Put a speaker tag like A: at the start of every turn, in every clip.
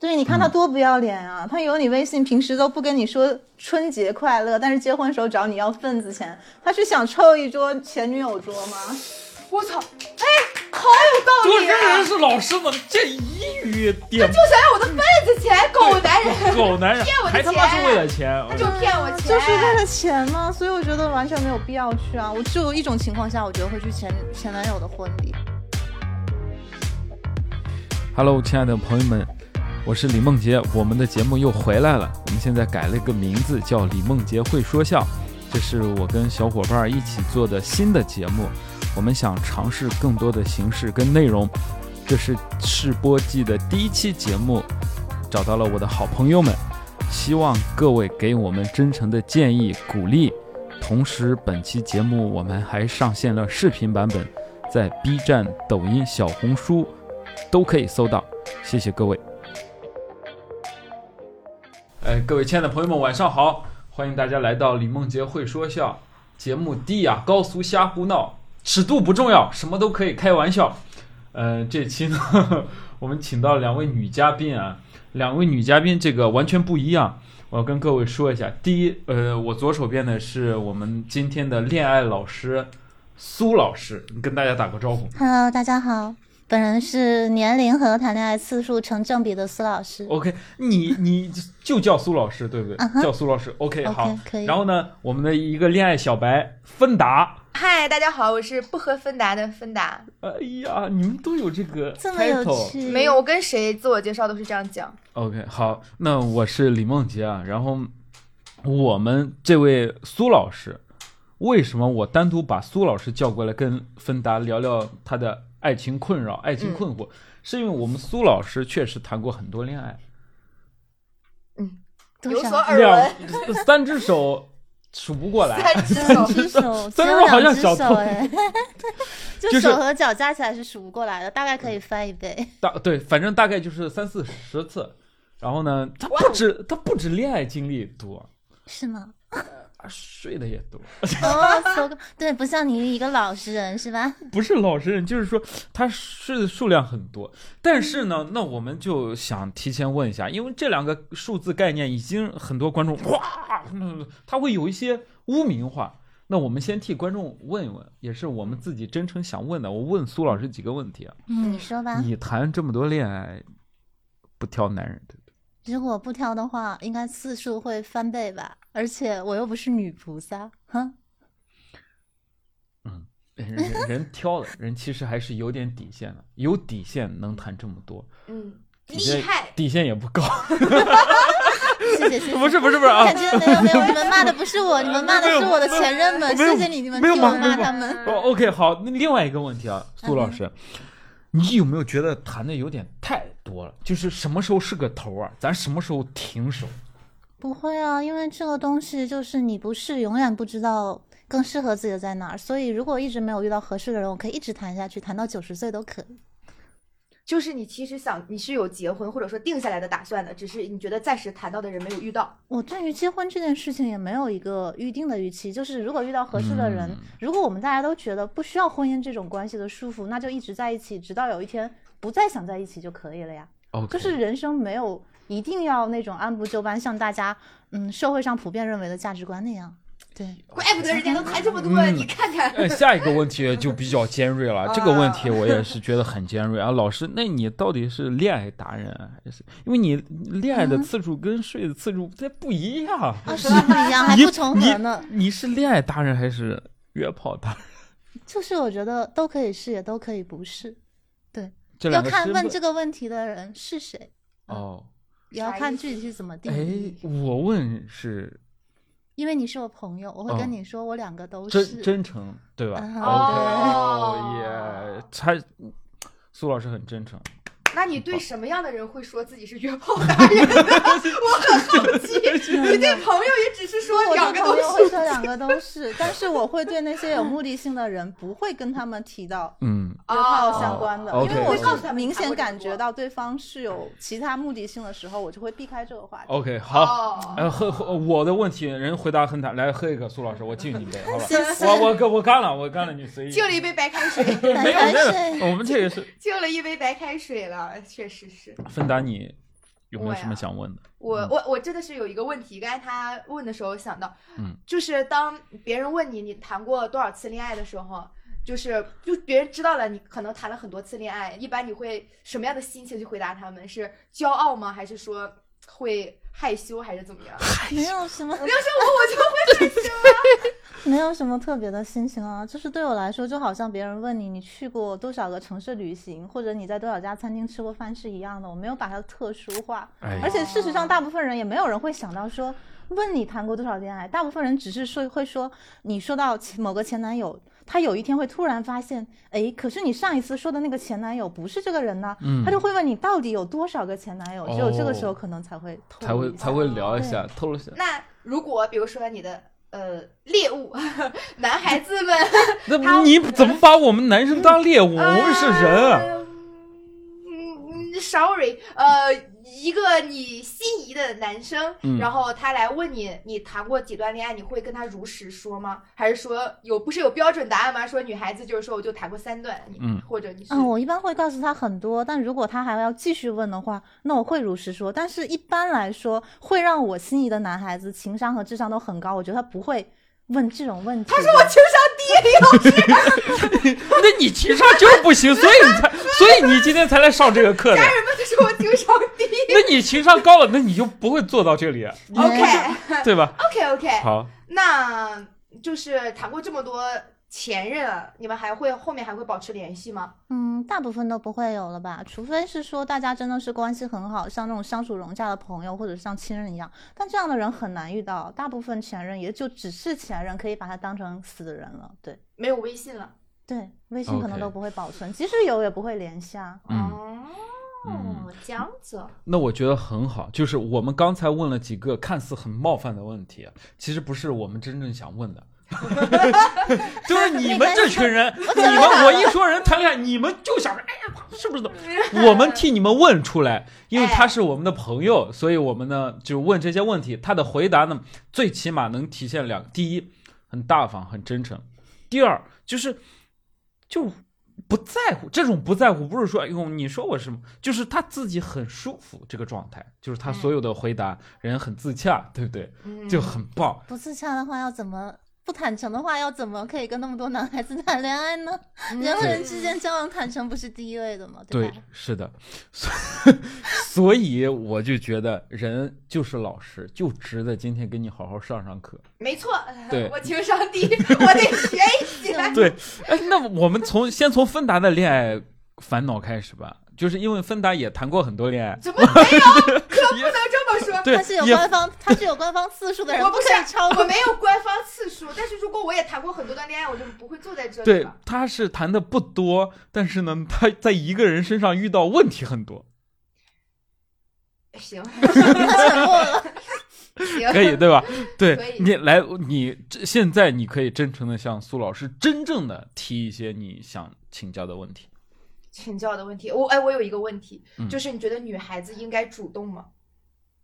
A: 对，你看
B: 嗯
A: 他多不要脸啊！他有你微信，平时都不跟你说春节快乐，但是结婚时候找你要份子钱，他是想凑一桌前女友桌吗？我操！哎，好有道
B: 这
A: 理、啊！
B: 人是老师怎么这一语点
C: 就想要我的份子钱，狗男人，
B: 狗男人
C: 骗我的
B: 还他妈
C: 钱
B: 是为了钱，
C: 他就骗我钱，
A: 就是为了钱吗？所以我觉得完全没有必要去啊！我只有一种情况下，我觉得会去前前男友的婚礼。
B: Hello，亲爱的朋友们，我是李梦洁，我们的节目又回来了。我们现在改了一个名字，叫《李梦洁会说笑》，这是我跟小伙伴一起做的新的节目。我们想尝试更多的形式跟内容。这是试播季的第一期节目，找到了我的好朋友们，希望各位给我们真诚的建议鼓励。同时，本期节目我们还上线了视频版本，在 B 站、抖音、小红书都可以搜到。谢谢各位。哎，各位亲爱的朋友们，晚上好！欢迎大家来到李梦洁会说笑节目低呀、高俗瞎胡闹，尺度不重要，什么都可以开玩笑。呃，这期呢， 我们请到两位女嘉宾啊，两位女嘉宾这个完全不一样。我要跟各位说一下，第一，呃，我左手边的是我们今天的恋爱老师苏老师，你跟大家打个招呼。
A: Hello，大家好，本人是年龄和谈恋爱次数成正比的苏老师。
B: OK，你你就叫苏老师对不对
A: 嗯哼
B: 叫苏老师。OK，好
A: OK，可以
B: 然后呢，我们的一个恋爱小白芬达，
C: 嗨，大家好，我是不和芬达的芬达。
B: 哎呀，你们都有这个 title。
A: 这么有趣，
C: 没有，我跟谁自我介绍都是这样讲。
B: OK，好，那我是李梦洁啊。然后我们这位苏老师，为什么我单独把苏老师叫过来跟芬达聊聊他的爱情困扰、爱
C: 嗯
B: 情困惑？是因为我们苏老师确实谈过很多恋爱，
A: 多
C: 有所
A: 少？
C: 耳
B: 两
C: 闻，
B: 三只手数不过来。
C: 三只 手，
A: 只手，只
B: 虽然
A: 有
B: 说好像
A: 两只
B: 小
A: 手
B: 偷
A: 哎，
B: 就
A: 就是手和脚加起来是数不过来的，大概可以翻一倍。
B: 大对，反正大概就是三四十次。然后呢，他
C: 哇哦
B: 不止他不止恋爱经历多，
A: 是吗？
B: 啊，睡的也多。
A: 哦，搜个对，不像你一个老实人是吧？
B: 不是老实人，就是说他是数量很多，但是
C: 嗯
B: 呢，那我们就想提前问一下，因为这两个数字概念已经很多观众哇，那他会有一些污名化。那我们先替观众问一问，也是我们自己真诚想问的。我问苏老师几个问题啊，
A: 嗯，你说吧。
B: 你谈这么多恋爱，不挑男人对不对？
A: 如果不挑的话，应该次数会翻倍吧？而且我又不是女菩萨，哈，
B: 人人人挑的人其实还是有点底线的，有底线能谈这么多，
C: 嗯，
B: 底线
C: 厉害，
B: 底线也不高，
A: 谢谢谢谢。
B: 不是不是不是啊，
A: 感觉没有没有，你们骂的不是我，你们骂的是我的前任们，
B: 没有
A: 谢谢你你们
B: 没
A: 替
B: 有
A: 我
B: 骂没
A: 骂
B: 有骂
A: 他们。
B: 哦，OK，好，那另外一个问题啊，苏老师，你有没有觉得谈的有点太多了？就是什么时候是个头啊？咱什么时候停手？
A: 不会啊，因为这个东西就是你不试，永远不知道更适合自己的在哪儿。所以如果一直没有遇到合适的人，我可以一直谈下去，谈到九十岁都可以。
C: 就是你其实想你是有结婚或者说定下来的打算的，只是你觉得暂时谈到的人没有遇到。
A: 我对于结婚这件事情也没有一个预定的预期，就是如果遇到合适的人，
B: 嗯
A: 如果我们大家都觉得不需要婚姻这种关系的束缚，那就一直在一起，直到有一天不再想在一起就可以了呀。
B: 哦，
A: 就是人生没有一定要那种按部就班，像大家嗯社会上普遍认为的价值观那样。 对，
C: 怪不得人家能谈这么多，
B: 嗯
C: 你看看。
B: 呃，下一个问题就比较尖锐了。这个问题我也是觉得很尖锐啊，老师，那你到底是恋爱达人啊还是？因为你恋爱的次数跟睡的次数这不一样，
A: 嗯啊，是不一样，还
B: 你
A: 不重合呢。
B: 你是恋爱达人还是约炮达人？
A: 就是我觉得都可以是，也都可以不是，
B: 这
A: 要
B: 两个
A: 看
B: 身
A: 问
B: 份
A: 这个问题的人是谁，
B: 哦，
A: 也要
C: 啥意
A: 看
C: 思
A: 具体是怎么定
B: 哎
A: 义。，
B: 我问是
A: 因为你是我朋友，我会
B: 哦
A: 跟你说我两个都是。
B: 真真诚，对吧
A: 嗯
B: ？OK，
C: 哦
B: 哦耶，他苏老师很真诚，
C: 那你对什么样的人会说自己是约炮达 人呢？我很好 奇。你对朋友也只是说
A: 我
C: 两
A: 的
C: 个
A: 朋友
C: 都
A: 会
C: 是。
A: 说两个都是，但是我会对那些有目的性的人，不会跟他们提到
B: 嗯，
C: 哦
A: 约炮相关的，
B: 哦
A: 因为
B: OK，
A: 我
B: 我
A: 是明显感觉到对方是有其他目的性的时候，我就会避开这个话题。
B: OK，好。
C: 哦，
B: 呃，喝喝我的问题，人回答很坦，来喝一个，苏老师，我敬你一杯，好吧？
A: 谢谢
B: 我我我干了，我干了，你随意。
C: 敬了一杯白开水，
B: 没有
A: 白开
B: 没
A: 水
B: 有，我们这个是
C: 敬了一杯白开水了，确实是。
B: 芬达，你有
A: 啊
B: 没有什么想问的？
C: 我
B: 嗯
C: 我我真的是有一个问题，刚才他问的时候想到，
B: 嗯，
C: 就是当别人问你你谈过多少次恋爱的时候，就是就别人知道了你可能谈了很多次恋爱，一般你会什么样的心情去回答他们？是骄傲吗？还是说会害羞，还是怎么样？
A: 没有什么，
C: 要是我，我就会害啊羞。
A: 没有什么特别的心情啊。就是对我来说，就好像别人问你你去过多少个城市旅行，或者你在多少家餐厅吃过饭是一样的。我没有把它特殊化，
B: 哎
A: 而且事实上，大部分人也没有人会想到说问你谈过多少恋爱，大部分人只是说会说你说到前某个前男友，他有一天会突然发现，哎，可是你上一次说的那个前男友不是这个人呢、
B: 嗯
A: 他就会问你到底有多少个前男友，只有这个时候
B: 哦
A: 可能才会透露
B: 才会
A: 一下
B: 才会聊一下，透露一下。
C: 那如果比如说你的呃猎物， 男孩子们，
B: 那你怎么把我们男生当猎物？我们是人啊！
C: 呃嗯嗯，sorry，呃，一个你心仪的男生，
B: 嗯
C: 然后他来问你，你谈过几段恋爱，你会跟他如实说吗？还是说有不是有标准答案吗？说女孩子就是说我就谈过三段，你
B: 嗯
C: 或者你是、
A: 嗯，我一般会告诉他很多，但如果他还要继续问的话，那我会如实说。但是一般来说，会让我心仪的男孩子情商和智商都很高，我觉得他不会问这种问题的。他说
C: 我情商低，
B: 那你情商就是不行，所以你才，所以你今天才来上这个课的。
C: 你们都说我情商 低。
B: 那你情商高了，那你就不会坐到这 里，
A: 嗯
C: OK
B: 对吧？
C: OK OK，
B: 嗯好，
C: 那就是谈过这么多前任，啊你们还会后面还会保持联系吗？
A: 嗯，大部分都不会有了吧，除非是说大家真的是关系很好，像那种相处融洽的朋友，或者像亲人一样。但这样的人很难遇到，大部分前任也就只是前任，可以把他当成死人了。对
C: 没有微信了。
A: 对，微信可能
B: OK
A: 都不会保存即使有也不会联系啊。
B: 嗯，
C: 哦，这样子。
B: 那我觉得很好。就是我们刚才问了几个看似很冒犯的问题，啊其实不是我们真正想问的。 就是你们这群人，你们 我一说人谈恋爱，你们就想着，哎呀，是 不是怎么？我们替你们问出来，因为他是我们的朋友，所以我们呢就问这些问题。他的回答呢，最起码能体现两：第一，很大方，很真诚；第二，就是就不在乎。这种不在乎不是说哎呦你说我什么，就是他自己很舒服这个状态，就是他所有的回答、人很自洽，对不对？
C: 嗯
B: 就很棒。
A: 不自洽的话要怎么？不坦诚的话要怎么可以跟那么多男孩子谈恋爱呢？
B: 嗯
C: 嗯
A: 人和人之间交往坦诚不是第一位的吗？
B: 对
A: 吧？，
B: 是的， 所所以我就觉得人就是老实，就值得今天给你好好上上课。
C: 没错，
B: 对
C: 我情商低，我得学 一学。
B: 对，哎，那我们从先从芬达的恋爱烦恼开始吧，就是因为芬达也谈过很多恋爱，
C: 怎么没有？可不
B: 也
C: 能这 么说。
B: 对
A: 他是有，
B: 也
A: 官方，他是有官方次数的人，
C: 我
A: 不
C: 不
A: 可
C: 是
A: 以超过
C: 我没有官方次数，但是如果我也谈过很多段恋爱，我就不会坐在这里
B: 对
C: 了。，
B: 他是谈的不多，但是呢，他在一个人身上遇到问题很多，
C: 行
A: 他沉默 了。
C: 行，
B: 可以对吧？
C: 可
B: 对
C: 以
B: 你来，你这现在你可以真诚的向苏老师真正的提一些你想请教的问题。
C: 请教的问题，我哎，我有一个问题，
B: 嗯
C: 就是你觉得女孩子应该主动吗？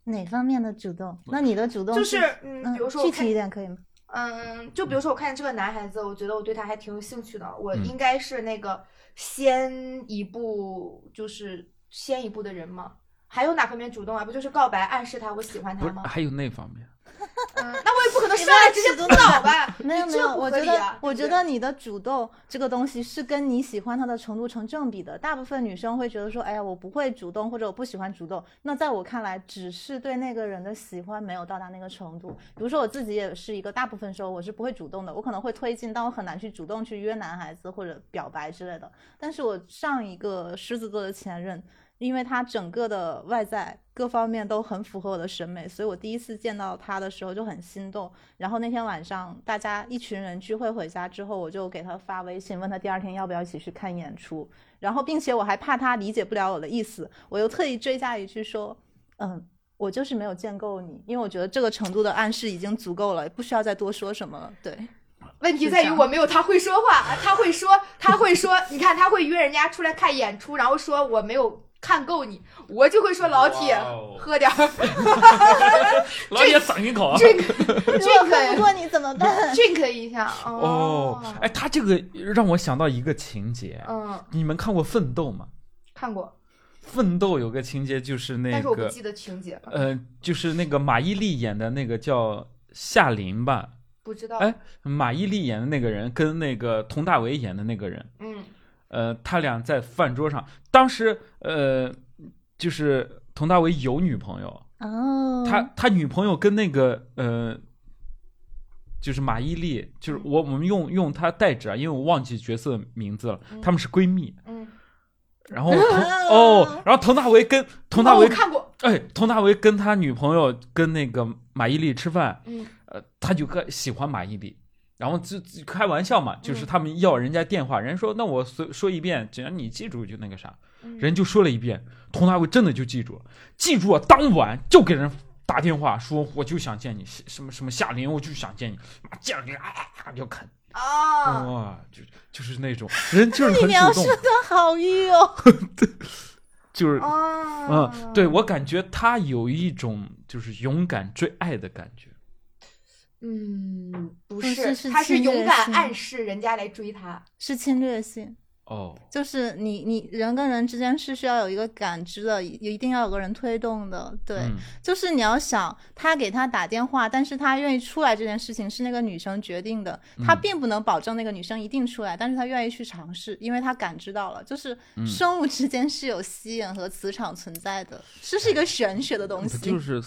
A: 哪方面的主动？那你的主动
C: 就是
A: 嗯，
C: 嗯，比如说我
A: 具
C: 看
A: 体一点可以吗？
C: 嗯，就比如说我看见这个男孩子，我觉得我对他还挺有兴趣的，我
B: 嗯
C: 应该是那个先一步就是先一步的人吗？还有哪方面主动啊？不就是告白暗示他我喜欢他
B: 不是，
C: 吗？
B: 还有那方面，
C: 嗯，那我也不可能上来直接扑倒吧？
A: 没有
C: 你
A: 没
C: 这
A: 有，
C: 不
A: 我
C: 合
A: 觉
C: 理
A: 得
C: 啊
A: 我觉
C: 对
A: 得你的主动这个东西是跟你喜欢他的程度成正比的。大部分女生会觉得说，哎呀，我不会主动或者我不喜欢主动。那在我看来，只是对那个人的喜欢没有到达那个程度。比如说我自己也是一个，大部分时候我是不会主动的，我可能会推进，但我很难去主动去约男孩子或者表白之类的。但是我上一个狮子座的前任，因为他整个的外在各方面都很符合我的审美，所以我第一次见到他的时候就很心动。然后那天晚上大家一群人聚会回家之后，我就给他发微信，问他第二天要不要一起去看演出。然后，并且我还怕他理解不了我的意思，我又特意追加一句说：“嗯，我就是没有见够你，因为我觉得这个程度的暗示已经足够了，不需要再多说什么了。”对，
C: 问题在
A: 是
C: 于
A: 这样
C: 我没有他会说话，他会说，他会说，你看他会约人家出来看演出，然后说我没有看够你，我就会说老铁
B: 哇哦
C: 喝点儿，
B: 老铁赏一口啊！
C: 这个
A: 如
C: 这
A: 果看不
C: 个
A: 过你怎么办？
C: 这个一下
B: 哦，哎，他这个让我想到一个情节，
C: 嗯，
B: 你们看过《奋斗》吗？
C: 看过，
B: 《奋斗有个情节就是那个，
C: 但是我不记得情节了，
B: 呃，就是那个马伊琍演的那个叫夏琳吧？
C: 不知道。
B: 哎马伊琍演的那个人跟那个佟大为演的那个人，
C: 嗯，
B: 呃，他俩在饭桌上，当时呃，就是佟大为有女朋友，
A: 哦，
B: 他
C: 嗯
B: 他女朋友跟那个呃，就是马伊琍，
C: 嗯
B: 就是我我们用用她代指啊，因为我忘记角色名字了，
C: 嗯
B: 她们是闺蜜。
C: 嗯，
B: 然 后佟哦，然后佟大为跟佟大
C: 哦
B: 为
C: 我看过，
B: 哎，佟大为跟他女朋友跟那个马伊琍吃饭，
C: 嗯
B: 呃，他就个喜欢马伊琍，然后就就开玩笑嘛，
C: 嗯
B: 就是他们要人家电话，人家说那我说说一遍，只要你记住就那个啥，
C: 嗯
B: 人就说了一遍，佟大为真的就记住了，记住了，当晚就给人打电话说我就想见你，什什么什么夏琳，我就想见你，妈见了你啊啊就啃，
C: 啊，
B: 哇，就就是那种人就是
A: 你
B: 很
A: 描
B: 主
A: 述
B: 动，
A: 的好欲哦，
B: 就是
C: 啊，
B: 嗯，对，我感觉他有一种就是勇敢追爱的感觉。
C: 嗯，不
A: 不是是
C: 他是
A: 侵略
C: 勇敢
A: 性
C: 暗示人家来追他，
A: 是侵略性。
B: 哦，
A: 就是你你人跟人之间是需要有一个感知的，一一定要有个人推动的，对。
B: 嗯
A: 就是你要想他给他打电话，但是他愿意出来这件事情是那个女生决定的，他
B: 嗯
A: 并不能保证那个女生一定出来，但是他愿意去尝试，因为他感知到了，就是
B: 嗯
A: 生物之间是有吸引和磁场存在的，这是一个玄学的东西。
B: 就是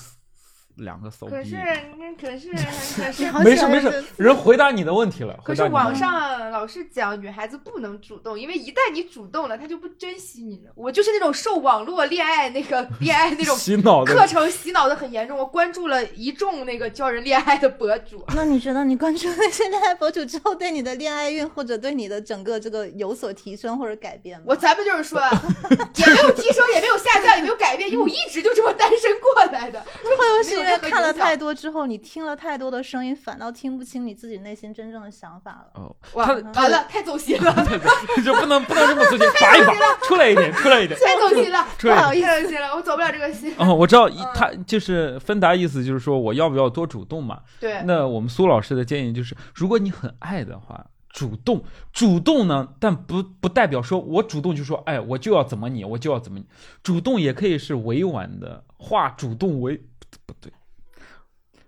B: 两个骚逼。
C: 可是可是可是
A: 好
B: 没
A: 喜
B: 事
A: 欢
B: 没
A: 这
B: 事
A: 次，
B: 人回答你的问题了。
C: 可
B: 回
C: 是
B: 答你的问
C: 网
B: 题
C: 上老是讲女孩子不能主动，因为一旦你主动了，她就不珍惜你了。我就是那种受网络恋爱那个恋爱那种
B: 洗脑的
C: 课程洗脑的很严重，我关注了一众那个教人恋爱的博主。
A: 那你觉得你关注那些恋爱博主之后，对你的恋爱运或者对你的整个这个有所提升或者改变吗？
C: 我咱们就是说，啊也没有提升，也没有下降，也没有改变，因为我一直就这么单身过来的。
A: 会不会
C: 没
A: 是因
C: 有任
A: 为
C: 何
A: 看了
C: 影响
A: 太多之后，你听了太多的声音，反倒听不清你自己内心真正的想法了？
B: 哦，
C: 哇，
B: 他
C: 完了，太走心了，太
B: 就不能不能这么直接，拔一拔，出来一点，出来一点，
C: 走心了，
B: 出来
A: 不
B: 一点
A: 好。意思
C: 太走心了，我走不了这个心。
B: 哦，我知道一
C: 嗯
B: 他就是芬达意思就是说我要不要多主动嘛？
C: 对，
B: 那我们苏老师的建议就是，如果你很爱的话，主动主动呢，但不不代表说我主动就说，哎，我就要怎么你，我就要怎么你。主动也可以是委婉的，化主动为不对，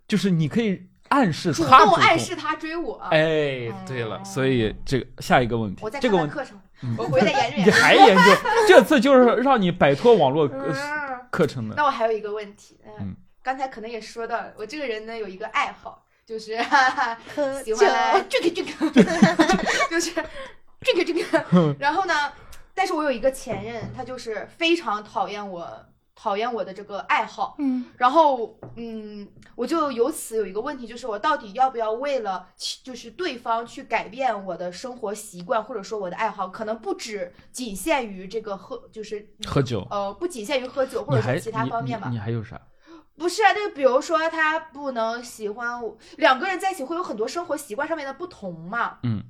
B: 就是你可以暗示
C: 主
B: 他
C: 动暗示他追我。啊
B: 哎，对了，所以这个下一个问题
C: 我再，
B: 这
C: 看
B: 个
C: 看
B: 问题嗯
C: 课程，我回去再研究研
B: 你
C: 究。
B: 还研究，这次就是让你摆脱网络呃
C: 嗯
B: 课程的
C: 那我还有一个问题，嗯，
B: 嗯
C: 刚才可能也说到了，我这个人呢有一个爱好，就是 哈哈
A: 喝
C: 喜
A: 酒，
C: 欢 drink drink，就是 drink drink。然后呢，但是我有一个前任，他就是非常讨厌我，讨厌我的这个爱好。
A: 嗯，
C: 然后，嗯，我就由此有一个问题，就是我到底要不要为了其就是对方去改变我的生活习惯，或者说我的爱好，可能不止仅限于这个喝，就是
B: 喝酒，
C: 呃，不仅限于喝酒或
B: 你
C: 者
B: 还
C: 说其他
B: 你
C: 方面
B: 你
C: 吧
B: 你。还有啥？
C: 不是啊，就比如说他不能喜欢我，两个人在一起会有很多生活习惯上面的不同嘛。
B: 嗯，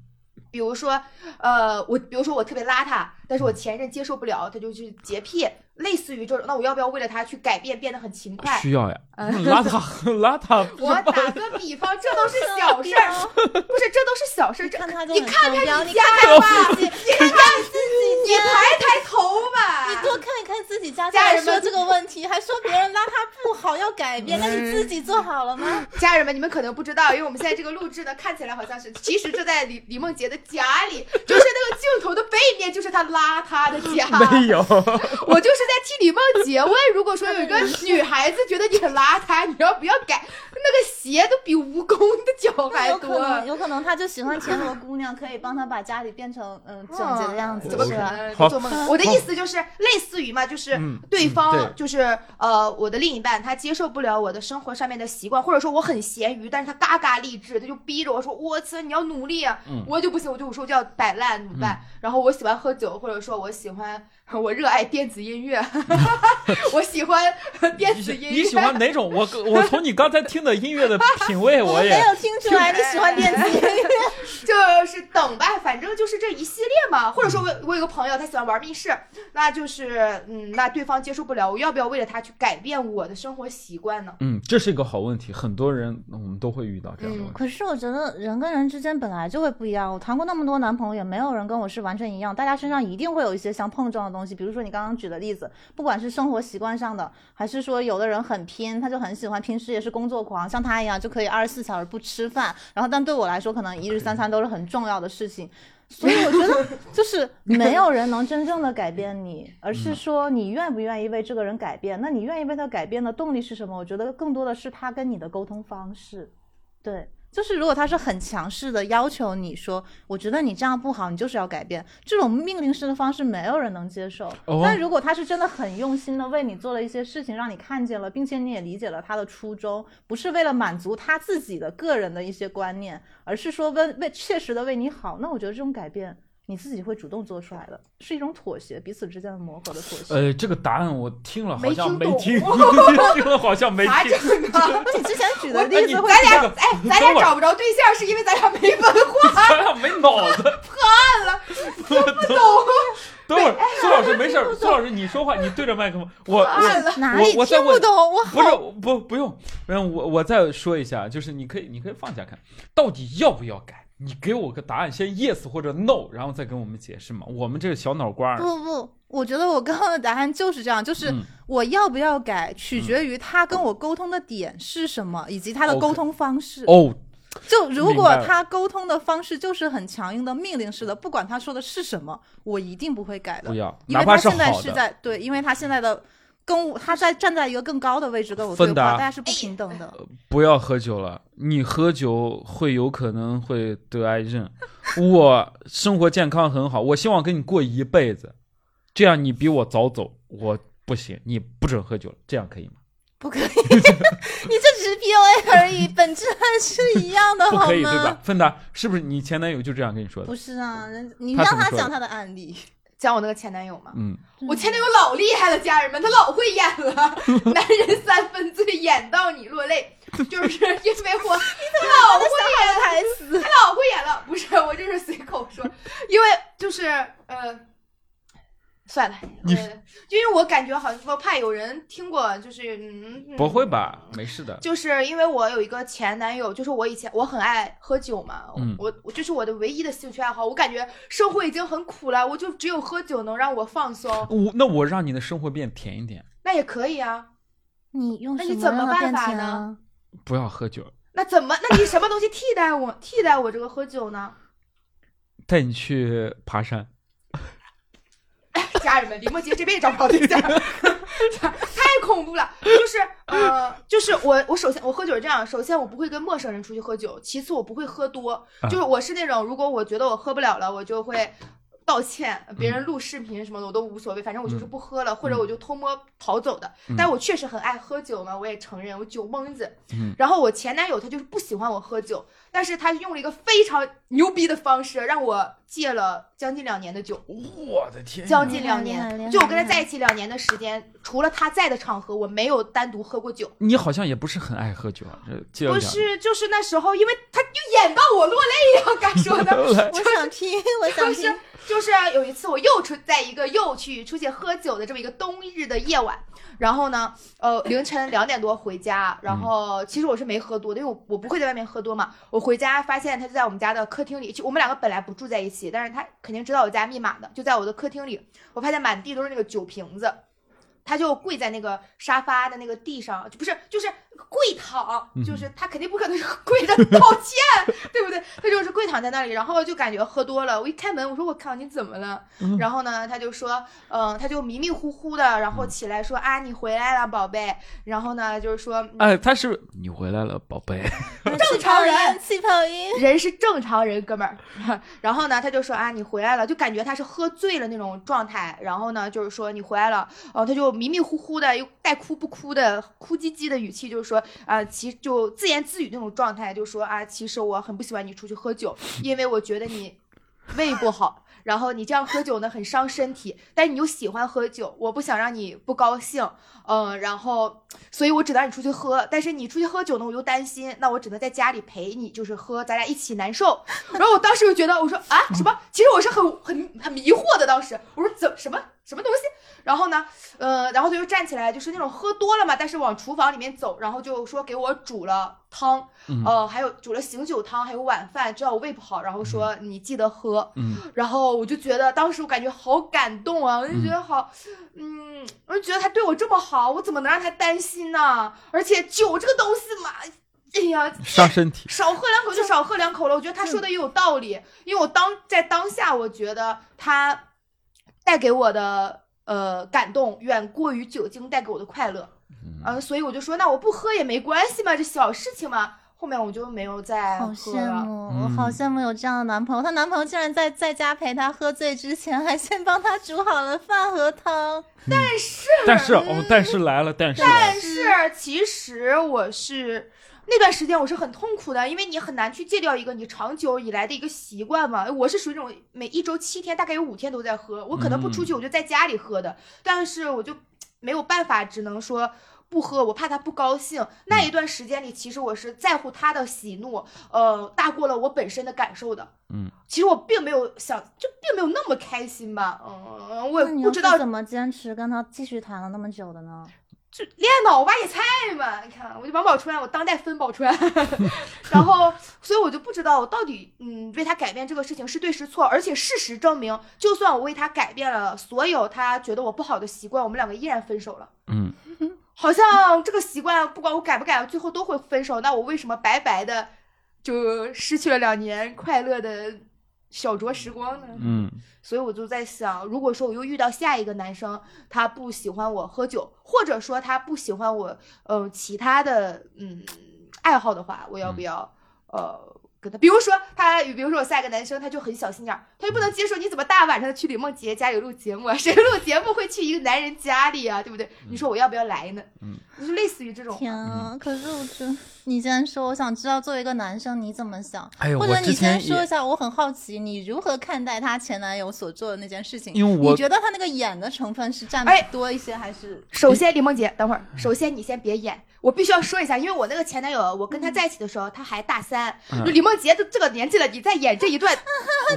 C: 比如说，呃，我比如说我特别邋遢，但是我前任接受不了，他就去洁癖，类似于这种。那我要不要为了他去改变，变得很勤快？嗯
B: 需要呀， 邋遢邋遢，
C: 我打个比方，这都是小事儿，不是，这都是小事儿。这
A: 啊看他就
C: 你
A: 很
C: 看
A: 双标
C: 看
A: 你
C: 家
A: 看
C: 吧，
A: 自己，你看看自己
C: 你
A: 家，
C: 抬抬头吧，
A: 你多看一看自己家。
C: 家
A: 再
C: 人
A: 说
C: 们
A: 这个问题，还说别人邋遢不好要改变，那你自己做好了吗？
C: 家人们，你们可能不知道，因为我们现在这个录制呢，看起来好像是，其实这在李李梦洁的家里， 就是那个镜头的背面，就是她邋遢的家。
B: 没有，
C: 我就是在替李梦洁问，如果说有一个女孩子觉得你很邋遢，你要不要改？那个鞋都比蜈蚣的脚还
A: 有可
C: 多，
A: 能，有可能他就喜欢田螺姑娘，可以帮他把家里变成嗯整洁的样子，
C: 怎么
A: 是
C: 可
A: 吧？
C: 能？
B: 哦好
C: 呃做梦！我的意思就是类似于嘛，就是
B: 嗯
C: 对
B: 嗯对
C: 方就是呃，我的另一半他接受不了我的生活上面的习惯，或者说我很闲鱼，但是他嘎嘎励志，他就逼着我说，我操，你要努力啊
B: 嗯！
C: 我就不行，我就我说我就要摆烂，怎么办？然后我喜欢喝酒，或者说我喜欢 我热爱电子音乐， 我喜欢电
B: 你
C: 子
B: 喜
C: 音乐，
B: 你喜欢哪种？我我从你刚才听的音 乐的品味，
A: 我没
B: 也
A: 有听出来你喜欢电子音乐，
C: 就是等吧，哎反正就是这一系列嘛。或者说
B: 嗯
C: 我我有个朋友，他喜欢玩密室，那就是嗯，那对方接受不了，我要不要为了他去改变我的生活习惯呢？
B: 嗯，这是一个好问题，很多人嗯我们都会遇到这样的
C: 嗯
B: 问题。
A: 可是我觉得人跟人之间本来就会不一样。我谈过那么多男朋友，也没有人跟我是完全一样，大家身上一定会有一些相碰撞的东西，比如说你刚刚举的例子，不管是生活习惯上的，还是说有的人很拼，他就很喜欢平时也是工作狂，像他一样就可以二十四小时不吃饭， 然后但对我来说，可能一日三餐都是很重要的事情。所以我觉得，就是 嗯没有人能真正的改变 你，而是说你愿不愿意为这个人改变。那你愿意为他改变的动力是什么？我觉得更多的是他跟你的沟通方式。对，就是如果他是很强势的要求你说，我觉得你这样不好，你就是要改变，这种命令式的方式没有人能接受。
B: 哦
A: 但如果他是真的很用心的为你做了一些事情，让你看见了，并且你也理解了他的初衷，不是为了满足他自己的个人的一些观念，而是说为为切实的为你好，那我觉得这种改变。你自己会主动做出来的，是一种妥协，彼此之间的磨合的妥协。
B: 呃，这个答案我听了好像没
C: 没
B: 听，
C: 听
B: 听了好像没
C: 啥
B: 听
C: 这。个？
A: 那你之前举的例子会
C: 咱
A: 比较
C: 俩哎，啊咱
B: 等
C: 俩
B: 会儿
C: 找不着对象是因为咱俩没文化，
B: 咱俩没脑子， 破案了，不懂。等会儿，
C: 哎
B: 苏老师没事儿，苏老师你说话，你对着麦克风，我
C: 案
B: 我
C: 了
A: 哪里
B: 我我在
A: 听不
B: 问
A: 懂？我
B: 不是不不用，不用我我再说一下，就是你可以你可以放下看，到底要不要改？你给我个答案，先 yes 或者 no，然后再跟我们解释嘛。我们这个小脑瓜儿，
A: 不不，我觉得我刚刚的答案就是这样，就是
B: 嗯
A: 我要不要改，取决于他跟我沟通的点是什么，以及他的
B: OK
A: 沟通方式。
B: 哦，
A: 就如
B: 明
A: 果
B: 白了
A: 他沟通的方式就是很强硬的命令式的，不管他说的是什么，我一定不会改的
B: 不，要，
A: 因
B: 哪
A: 为他
B: 怕是
A: 现在
B: 好
A: 是
B: 的，
A: 在对，因为他现在的跟我他在站在一个更高的位置跟我对
B: 芬
A: 话，
B: 达
A: 大家是不平等的。
B: 不要喝酒了。你喝酒会有可能会得癌症。 我生活健康很好，我希望跟你过一辈子，这样你比我早走，我不行，你不准喝酒了，这样可以吗？
A: 不可以， 你这只是 PUA 而已，本质还是一样的，
B: 不
A: 好
B: 可以，对吧
A: 吗？？
B: 芬达，是不是你前男友就这样跟你说的？
A: 不是啊，人你
B: 他
A: 让
B: 怎么
A: 他
B: 说
A: 讲
B: 的
A: 他的案 例。
C: 讲我那个前男友嘛，
B: 嗯，
C: 我前男友老厉害了，家人们，他老会演了，《男人三分醉》演到你落泪，就 是因为我老会演了，
A: 台词。
C: 他老会演了，不是我就是随口说，因为就是呃，算了，
B: 你
C: 呃，因为我感觉好像我怕有人听过，就是嗯，嗯
B: 不会吧？没事的。
C: 就是因为我有一个前男友，就是我以前我很爱喝酒嘛，
B: 嗯
C: 我我这是我的唯一的兴趣爱好。我感觉生活已经很苦了，我就只有喝酒能让我放松，
B: 我那我让你的生活变甜一点，
C: 那也可以啊。
A: 你用
C: 那
A: 什
C: 你
A: 么
C: 怎么
A: 让它
C: 办
A: 变
C: 法
A: 甜
C: 呢
A: 啊？
B: 不要喝酒，
C: 那怎么？那你什么东西替代我？替代我这个喝酒呢？
B: 带你去爬山。
C: 家人们，李梦洁这辈子找不着对象， 太恐怖了。就是呃， 就是我，我首先我喝酒是这样，首先我不会跟陌生人出去喝酒，其次我不会喝多，
B: 啊
C: 就是我是那种如果我觉得我喝不了了，我就会。道歉，别人录视频什么的我都无所谓，反正我就是不喝了，或者我就偷摸逃走的。
B: 嗯
C: 但我确实很爱喝酒嘛，我也承认我酒蒙子。
B: 嗯
C: 然后我前男友他就是不喜欢我喝酒，但是他用了一个非常牛逼的方式让我戒了将近两年的酒。
B: 我的天
C: 将近
A: 厉害
C: 两
A: 厉害厉害
C: 年，就我跟他在一起两年的时间，除了他在的场合，我没有单独喝过酒。
B: 你好像也不是很爱喝酒啊，这这样
C: 不
B: 讲
C: 是，就是那时候，因为他就演到我落泪呀，该说的。
A: 我想 听，我想
C: 就是
A: 听。
C: 就是啊有一次，我又出在一个又去出去喝酒的这么一个冬日的夜晚，然后呢，呃，凌晨两点多回家，然后其实我是没喝多的，因为我我不会在外面喝多嘛。我回家发现他就在我们家的客厅里，就我们两个本来不住在一起，但是他肯定知道我家密码的，就在我的客厅里，我发现满地都是那个酒瓶子。他就跪在那个沙发的那个地上，就不是就是跪躺，就是他肯定不可能是 跪着道歉，对不对？他就是跪躺在那里，然后就感觉喝多了。我一开门，我说我靠，你怎么了？然后呢，他就说，嗯、他就迷迷糊糊的，然后起来说啊，你回来了，宝贝。然后呢，就是说，嗯
B: 哎，他是你回来了，宝 贝。
A: 正
C: 常人
A: 气泡音，
C: 人是正常人，哥们儿。 然后呢，他就说啊，你回来了，就感觉他是喝醉了那种状态。然后呢，就是说你回来了，哦、他就迷迷糊糊的，又带哭不哭的，哭唧唧的语气，就是说啊、其就自言自语那种状态，就说啊，其实我很不喜欢你出去喝酒，因为我觉得你胃不好。然后你这样喝酒呢，很伤身体，但你又喜欢喝酒，我不想让你不高兴，嗯，然后，所以我只能让你出去喝，但是你出去喝酒呢，我又担心，那我只能在家里陪你，就是喝，咱俩一起难受。然后我当时就觉得，我说啊，什么？其实我是很很很迷惑的，当时我说怎什么？什么东西？然后呢，呃，然后他就站起来，就是那种喝多了嘛，但是往厨房里面走，然后就说给我煮了汤，
B: 嗯
C: 呃，还有煮了醒酒汤，还有晚饭，知道我胃不好，然后说你记得喝。
B: 嗯
C: 然后我就觉得当时我感觉好感动啊，我就觉得好，嗯，我就觉得他对我这么好，我怎么能让他担心呢？而且酒这个东西嘛，哎呀，
B: 伤身体，
C: 少喝两口就少喝两口了。我觉得他说的也有道理，因为我当在当下，我觉得他带给我的呃感动远过于酒精带给我的快乐。
B: 嗯
C: 嗯、所以我就说，那我不喝也没关系嘛，这小事情嘛。后面我就没有再
A: 好
C: 喝
A: 羡
C: 了。
A: 慕，啊我好
B: 啊嗯
A: 羡慕有这样的男朋友。她男朋友竟然在在家陪她喝醉之前，还先帮她煮好了饭和汤。
B: 但是哦，但是来了，但是来了
C: 但是其实我是那段时间我是很痛苦的，因为你很难去戒掉一个你长久以来的一个习惯嘛。我是属于那种每一周七天大概有五天都在喝，我可能不出去我就在家里喝的，但是我就没有办法，只能说。不喝，我怕他不高兴。那一段时间里，其实我是在乎他的喜怒，呃，大过了我本身的感受的。
B: 嗯，
C: 其实我并没有想，就并没有那么开心吧。嗯，
B: 呃
C: 我也
A: 那你
C: 不
A: 又
C: 知
A: 是
C: 道
A: 怎么坚持跟他继续谈了那么久的呢？
C: 就练脑挖野菜嘛，你看，我就王宝钏，我当代分宝钏， 然后，所以我就不知道我到底，嗯，为他改变这个事情是对是错，而且事实证明，就算我为他改变了所有他觉得我不好的习惯，我们两个依然分手了。
B: 嗯，
C: 好像这个习惯不管我改不改，最后都会分手。那我为什么白白的就失去了两年快乐的小酌时光呢？
B: 嗯
C: 所以我就在想，如果说我又遇到下一个男生，他不喜欢我喝酒，或者说他不喜欢我，嗯、其他的嗯爱好的话，我要不要、呃跟他？比如说他，比如说我下一个男生，他就很小心眼儿，他就不能接受你怎么大晚上去李梦洁家里录节目啊？ 谁录节目会去一个男人家里啊？对不对？你说我要不要来呢？
B: 嗯，
C: 就是类似于这种。
A: 天啊！可是我真，你既然说，我想知道作为一个男生你怎么想，
B: 哎呦
A: 或者
B: 我之
A: 你先
B: 前
A: 说
B: 也
A: 一下，我很好奇你如何看待她前男友所做的那件事情。
B: 因为我
A: 你觉得他那个演的成分是占
C: 哎
A: 多一些，还是
C: 首先，李梦洁，等会儿，
B: 嗯
C: 首先你先别演，我必须要说一下，因为我那个前男友，我跟他在一起的时候，他还大三，
B: 嗯
C: 就李梦洁都这个年纪了，你再演这一段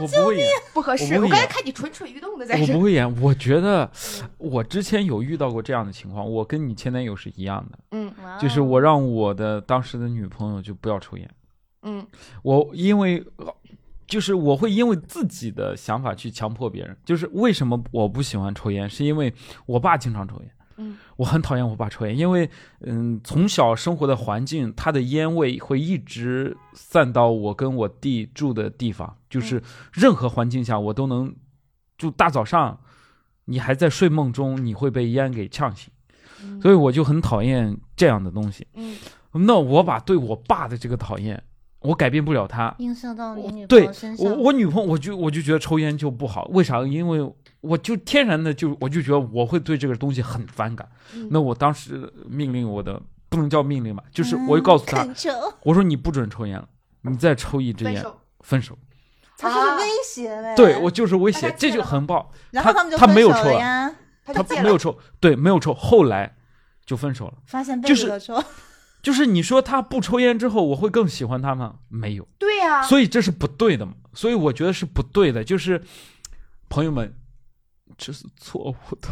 B: 我不会演，
C: 不合
B: 我
C: 适。
B: 不会
C: 我刚才
B: 演
C: 看你蠢蠢欲动的在
B: 我
C: 这
B: 不，会演。我觉得我之前有遇到过这样的情况，我跟你前男友是一样的，
C: 嗯
A: 哦
B: 就是我让我的当时的女朋友就不要抽烟，
C: 嗯
B: 我因为。就是我会因为自己的想法去强迫别人。就是为什么我不喜欢抽烟，是因为我爸经常抽烟。
C: 嗯
B: 我很讨厌我爸抽烟，因为嗯，从小生活的环境，他的烟味会一直散到我跟我弟住的地方，
C: 嗯
B: 就是任何环境下我都能，就大早上，你还在睡梦中，你会被烟给呛醒，
C: 嗯
B: 所以我就很讨厌这样的东西。
C: 嗯，
B: 那我把对我爸的这个讨厌，我改变不了他，
A: 映射到你
B: 我
A: 女朋
B: 对
A: 友身上？
B: 我我女朋友，我就我就觉得抽烟就不好，为啥？因为我就天然的就我就觉得我会对这个东西很反感。
C: 嗯
B: 那我当时命令我的不能叫命令吧，就是我就告诉他，
A: 嗯恳求，
B: 我说你不准抽烟了，你再抽一支
C: 分
B: 烟
C: 手。
B: 分手。
A: 他就是
B: 啊
A: 威胁呗。
B: 对我就是威胁
C: 那，他
B: 这
C: 戒
B: 就
C: 了
B: 很暴。
A: 啊然后
B: 他
A: 们就
B: 他
A: 分
B: 没有
A: 手
B: 抽
A: 了
B: 啊
A: 呀，
C: 他
B: 他
C: 就戒
B: 没有
C: 了，
B: 抽，对，没有抽，后来就分手了。
A: 发现被
B: 就
A: 你
B: 是
A: 的抽，，
B: 就是你说他不抽烟之后，我会更喜欢他吗？没有。
C: 对呀、
B: 所以这是不对的嘛，所以我觉得是不对的，就是朋友们，这是错误的。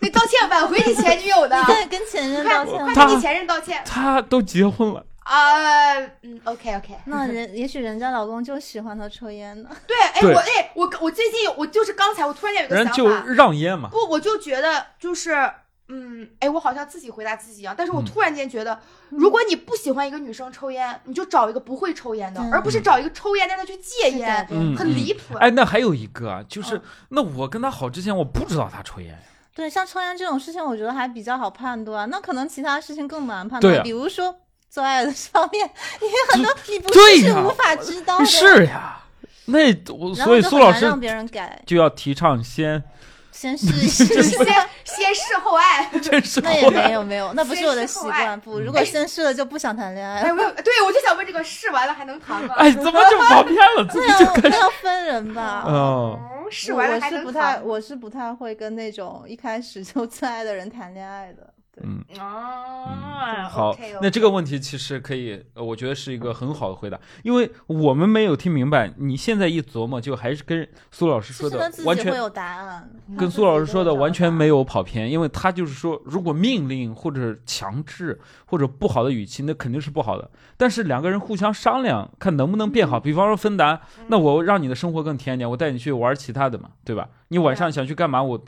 C: 你道歉挽回你前女友的
A: 对，啊跟前任道
C: 快
A: 歉。
C: 快
B: 他
C: 跟你前任道歉
B: 他都结婚了，
C: 啊！嗯，OK OK，
A: 那人也许人家老公就喜欢她抽烟呢。
C: 对，哎，
B: 对
C: 我哎，我我最近有，我就是刚才我突然间有一个
B: 人
C: 想
B: 家
C: 法，
B: 就让烟嘛。
C: 不，我就觉得就是，嗯，哎，我好像自己回答自己一样，但是我
B: 嗯
C: 突然间觉得，如果你不喜欢一个女生抽烟，你就找一个不会抽烟的，
A: 嗯
C: 而不是找一个抽烟但他去戒
A: 是的
C: 烟，
B: 嗯
C: 很离谱。
B: 哎，那还有一个啊，就是、
C: 嗯
B: 那我跟他好之前，我不知道他抽烟。
A: 对，像抽烟这种事情，我觉得还比较好判断。啊那可能其他事情更难判
B: 对
A: 断，
B: 啊
A: 比如说做爱的方面，你很多你不
B: 对
A: 是是
B: 呀
A: 无法知道的。
B: 是呀，那我
A: 哦然
B: 所
A: 后
B: 以
A: 就
B: 苏
A: 很
B: 老
A: 难
B: 师
A: 让别人改，
B: 就要提倡先。
A: 先试一试
C: 先先试后爱，
B: 认识
A: 那也
B: 后
A: 没
B: 来。
A: 有没有，那不是我的习
C: 先试后爱
A: 惯。
B: 嗯
A: 不，如果先试了就不想谈恋爱
C: 哎，
A: 了。
C: 我有对我就想问这个，试完了还能谈吗？
B: 哎，怎么就跑偏 了？自
A: 那
B: 己就
A: 要
B: 开
A: 那
B: 始
A: 要分人吧。
B: 哦，
C: 嗯，试
A: 我
C: 完
A: 我
C: 了还
A: 是
C: 能
A: 不太，
C: 谈？
A: 我是不太会跟那种一开始就最爱的人谈恋爱的。
B: 嗯，
C: 哦啊，
B: 好
C: OK，OK
B: 那这个问题其实可以，呃我觉得是一个很好的回答，因为我们没有听明白，你现在一琢磨，就还是跟苏老师
A: 其
B: 说
A: 实他
B: 的
A: 自
B: 完
A: 己会
B: 全。
A: 有答案。
B: 跟苏老师说的完全没
A: 有。
B: 有跑偏，因为他就是说，如果命令或者强制或者不好的语气，那肯定是不好的。但是两个人互相商量，看能不能变好。比方说芬达，那我让你的生活更甜一点，我带你去玩其他的嘛，对吧？你晚上想去干嘛，我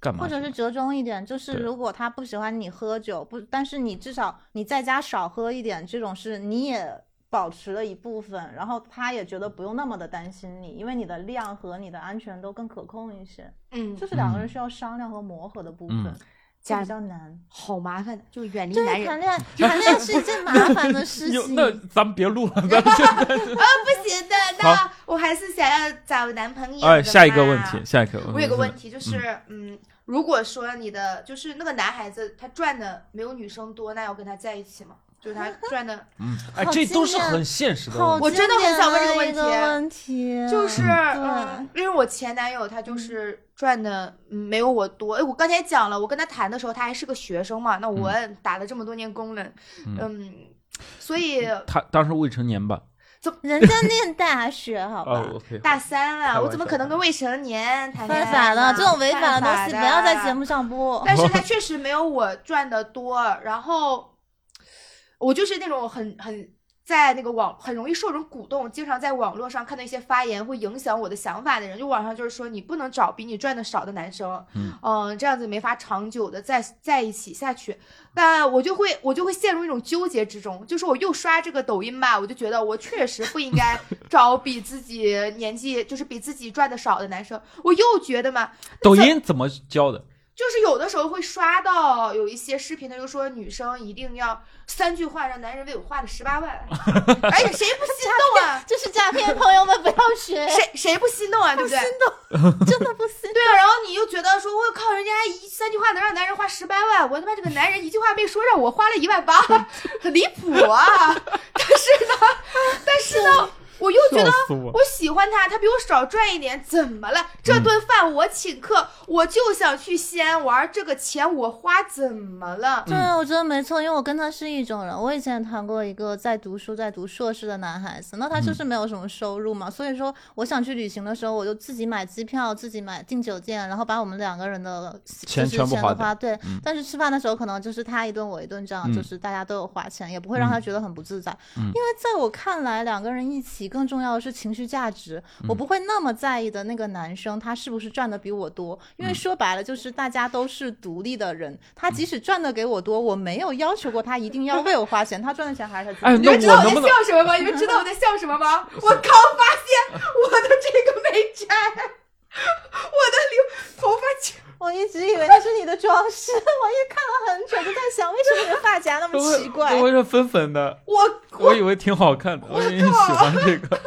B: 干嘛
A: 或
B: 去？
A: 者是折中一点，就是
B: 对
A: 如果他不喜欢你喝酒，不，但是你至少你在家少喝一点，这种事你也保持了一部分，然后他也觉得不用那么的担心你，因为你的量和你的安全都更可控一些。
C: 嗯
A: 就，是两个人需要商量和磨合的部分，
B: 嗯
A: 这比较难。
C: 好麻烦，就是远离
A: 对，
C: 男
A: 谈
C: 人。
A: 恋爱，谈恋爱是一件麻烦的事
B: 有
A: 情。
B: 那咱们别录了，咱们就
C: 不行
B: 好
C: 的，那我还是想要找男朋友的嘛。
B: 哎，下一个问题，下一个问题。
C: 啊我有个问题，就是嗯，如果说你的就是那个男孩子他赚的没有女生多，那要跟他在一起吗？就是他赚 的，
B: 嗯，哎，
A: 好
B: 这都是
A: 经验
B: 很现实的
A: 好
B: 问题。
C: 我真的很想问这个
A: 经典
C: 问
A: 的
C: 题
A: 一个问题，
C: 就是、
A: 嗯
C: 嗯，因为我前男友他就是赚的嗯没有我多。哎，我刚才讲了，我跟他谈的时候他还是个学生嘛，那我打了这么多年工了，
B: 嗯
C: 嗯，所以
B: 他当时未成年吧？
A: 人家念大学，好吧。
B: 哦，OK，
C: 大
B: 开
C: 三
B: 玩笑
C: 了，我怎么可能跟未成年谈恋
A: 犯
C: 爱呢？
A: 法的这种违法
C: 犯
A: 的
C: 法
A: 东西不要在
C: 的
A: 节目上播。
C: 但是他确实没有我赚的多。然后我就是那种很很在那个网很容易受人鼓动，经常在网络上看到一些发言会影响我的想法的人，就网上就是说你不能找比你赚的少的男生，
B: 嗯
C: 这样子没法长久的在在一起下去。那我就会我就会陷入一种纠结之中，就是我又刷这个抖音吧，我就觉得我确实不应该找比自己年纪就是比自己赚的少的男生，我又觉得嘛，
B: 抖音怎么教的？
C: 就是有的时候会刷到有一些视频，他就说女生一定要三句话让男人为我花了十八万，哎呀，谁不心动 啊？
A: 这是诈骗，朋友们不要学，
C: 谁谁不心动啊？对不对？
A: 真的不行。
C: 对啊，然后你又觉得说，我靠，人家一三句话能让男人花十八万，我他妈这个男人一句话没说让我花了一万八， 很离谱啊！ 但是呢，但是呢，我又觉得
B: 笑死我！
C: 我喜欢他，他比我少赚一点，怎么
B: 嗯
C: 了？这顿饭我请客，我就想去西安玩，这个钱我花怎么
B: 嗯
C: 了？
A: 对，我觉得没错，因为我跟他是一种人。我以前谈过一个在读书、在读硕士的男孩子，那他
B: 嗯
A: 就是没有什么收入嘛，所以说我想去旅行的时候，我就自己买机票、自己买订酒店，然后把我们两个人的
B: 钱
A: 就是
B: 全部
A: 钱
B: 花
A: 都
B: 掉
A: 花对。
B: 嗯
A: 但是吃饭的时候可能就是他一顿我一顿这样，
B: 嗯
A: 就是大家都有花钱，也不会让他觉得很不自在。
B: 嗯
A: 因为在我看来，两个人一起更重要的是情绪价值，
C: 嗯
A: 我不会那么在意的那个男生，他是不是赚的比我多？因
C: 嗯
A: 为说白了，就是大家都是独立的人，他即使赚的给我多，我没有要求过他一定要为我花钱，他赚的钱还是他
B: 哎
A: 自己的。
B: 那
C: 你们知道
B: 我
C: 我
B: 能不
C: 在
B: 能嗯
C: 笑什么吗？你们知道我在笑什么吗？我刚发现我的这个没摘， 我的留头发全
A: 我一直以为那是你的装饰，我 一看了很久，就在想为什么你的发夹那么奇怪。
B: 我是粉粉的，
C: 我
B: 我以为挺好看的，我以为你喜欢这个。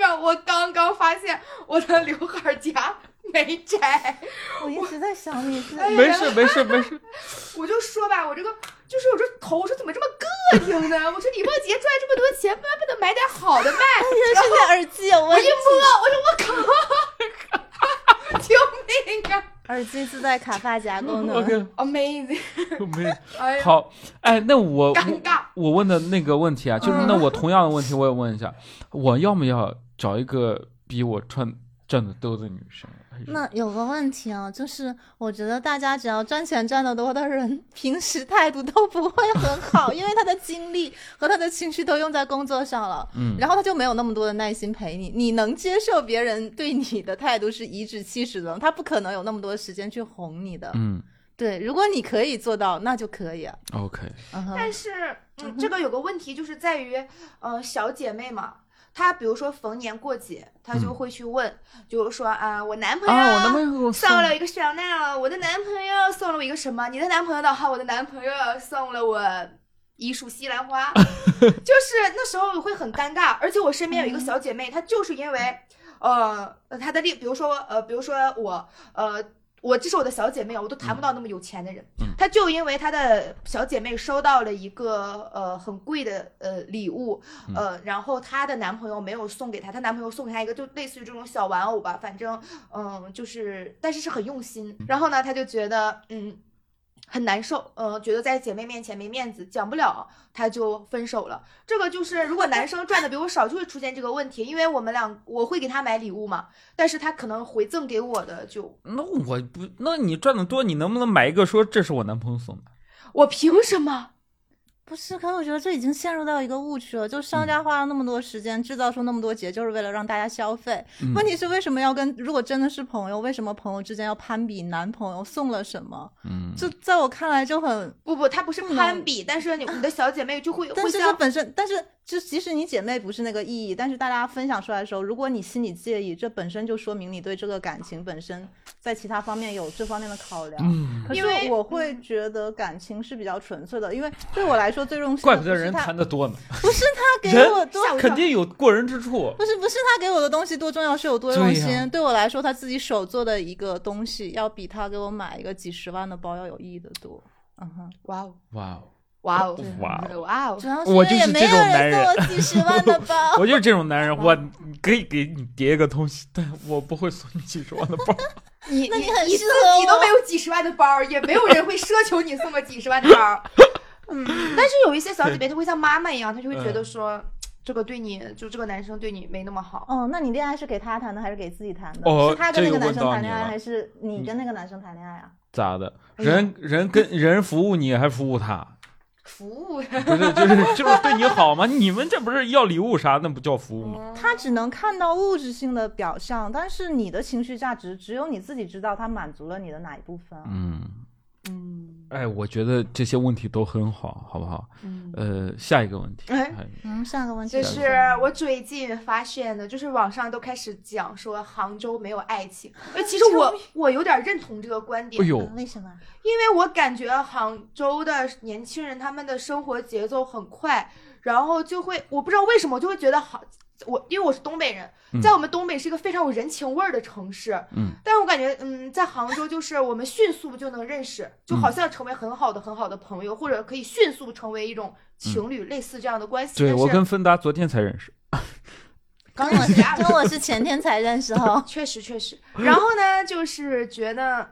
C: 那个我刚刚发现我的刘海夹没摘。
A: 我一直在想你是
B: 没事没事没事，
C: 我就说吧，我这个就是我这头，我说怎么这么个挺呢？我说李梦洁赚这么多钱，妈不能买点好的卖？
A: 这是你的耳机有
C: 我
A: 问
C: 一
A: 题，
C: 摸，我说我靠，救 命啊
A: 耳机自带卡发夹功能。
B: OK，
C: ！Amazing，
B: 没
C: 哎呀，
B: 好。哎，那我
C: 尴
B: 我
C: 尬。
B: 我问的那个问题啊，就是那我同样的问题我也问一下，我要不要找一个比我赚赚的多的女生？啊还是
A: 那有个问题啊，就是我觉得大家只要赚钱赚得多的人， 平时态度都不会很好，因为他的精力和他的情绪都用在工作上了，
B: 嗯
A: 然后他就没有那么多的耐心陪你。你能接受别人对你的态度是颐指气使的，他不可能有那么多时间去哄你的。
B: 嗯
A: 对，如果你可以做到，那就可以啊。
B: ，OK，
A: 嗯哼
C: 但是，嗯，这个有个问题就是在于，呃，小姐妹嘛，她比如说逢年过节，她就
B: 嗯
C: 会去问，就是说啊，我男朋友，
B: 啊，我能不能给我
C: 送了一个小娜，我的男朋友送了我一个什么？你的男朋友的话，我的男朋友送了我一束西兰花，就是那时候我会很尴尬。而且我身边有一个小姐妹，她就是因为，呃，她的例，比如说，呃，比如说我，呃。我这是我的小姐妹啊，我都谈不到那么有钱的人。
B: 嗯
C: 她就因为她的小姐妹收到了一个呃很贵的呃礼物，呃，然后她的男朋友没有送给她，她男朋友送给她一个就类似于这种小玩偶吧，反正嗯，就是但是是很用心。然后呢，她就觉得嗯。很难受，嗯，觉得在姐妹面前没面子，讲不了，他就分手了。这个就是，如果男生赚的比我少，就会出现这个问题，因为我们俩我会给他买礼物嘛，但是他可能回赠给我的就，
B: 那我不，那你赚的多，你能不能买一个说这是我男朋友送的？
C: 我凭什么？
A: 不是，可我觉得这已经陷入到一个误区了，就商
B: 嗯
A: 家花了那么多时间，制造出那么多节，就是为了让大家消费。
B: 嗯
A: 问题是为什么要跟？如果真的是朋友，为什么朋友之间要攀比男朋友送了什么？
B: 嗯，
A: 就在我看来就很
C: 不不，他不是
A: 不能
C: 攀比，但是你你的小姐妹就会
A: 但
C: 互
A: 是这
C: 相
A: 本身，但是就即使你姐妹不是那个意义，但是大家分享出来的时候，如果你心里介意，这本身就说明你对这个感情本身在其他方面有这方面的考量。
B: 嗯，
A: 可是
C: 因为
A: 我会觉得感情是比较纯粹的，因为对我来说最重
B: 怪
A: 要
B: 不
A: 的
B: 得
A: 不是
B: 人
A: 他
B: 谈，的多呢，
A: 不是 他给
B: 人
A: 我多
C: 吓我一跳
B: 肯定有过人之处。
A: 不是不是他给我的东西多重要，是有多用心。
B: 对呀
A: 对我来说，他自己手做的一个东西，要比他给我买一个几十万的包要有意义的多。嗯哼，
C: 哇哦
B: 哇哦，
C: 哇哦
B: 哇哦
C: 哇哦
A: 主，要是
B: 我
A: 因
B: 就
A: 为也
B: 是
A: 没
B: 这
A: 有
B: 种男
A: 人送
B: 人
A: 我几十万 的包。
B: 我就是这种男人，我可以给你叠一个东西，但我不会送你几十万的包。
C: 你
A: 那
C: 你
A: 你很
C: 你
A: 适
C: 自
A: 合
C: 己都
A: 我
C: 没有几十万的包，也没有人会奢求你送个几十万的 包。嗯，但是有一些小姐妹，她会像妈妈一样，她就会觉得说，这个对你就这个男生对你没那么好。
A: 哦，那你恋爱是给他谈的还是给自己谈的？
B: 哦
A: 是他跟那
B: 这个
A: 男生
B: 问到
A: 谈
B: 你
A: 恋爱，
B: 了嗯
A: 还是你跟那个男生谈恋爱啊？
B: 咋的？
A: 哎呀
B: 人 人跟人服务你还服务他，
C: 服务，
B: 不是 就是就是对你好吗？你们这不是要礼物啥？那不叫服务吗？
A: 他只能看到物质性的表象，但是你的情绪价值只有你自己知道，他满足了你的哪一部分啊。
B: 嗯，
C: 嗯
B: 哎，我觉得这些问题都很好，好不好？
C: 嗯，
B: 呃，下一个问题，
C: 哎
B: 哎
A: 嗯，下个问题
C: 就
A: 了
C: 是我最近发现的，就是网上都开始讲说杭州没有爱情。呃，其实我我有点认同这个观点
B: 哎，呦
A: 嗯，为什么？
C: 因为我感觉杭州的年轻人他们的生活节奏很快，然后就会我不知道为什么我就会觉得好，我因为我是东北人
B: 嗯，
C: 在我们东北是一个非常有人情味儿的城市，
B: 嗯，
C: 但是我感觉嗯，在杭州就是我们迅速就能认识，就
B: 嗯
C: 好像成为很好的很好的朋友，或者可以迅速成为一种情侣类似这样的关系。
B: 嗯对
C: 但是。
B: 我跟芬达昨天才认识，
A: 跟 我是跟我是前天才认识哈
C: 确实确实。然后呢，就是觉得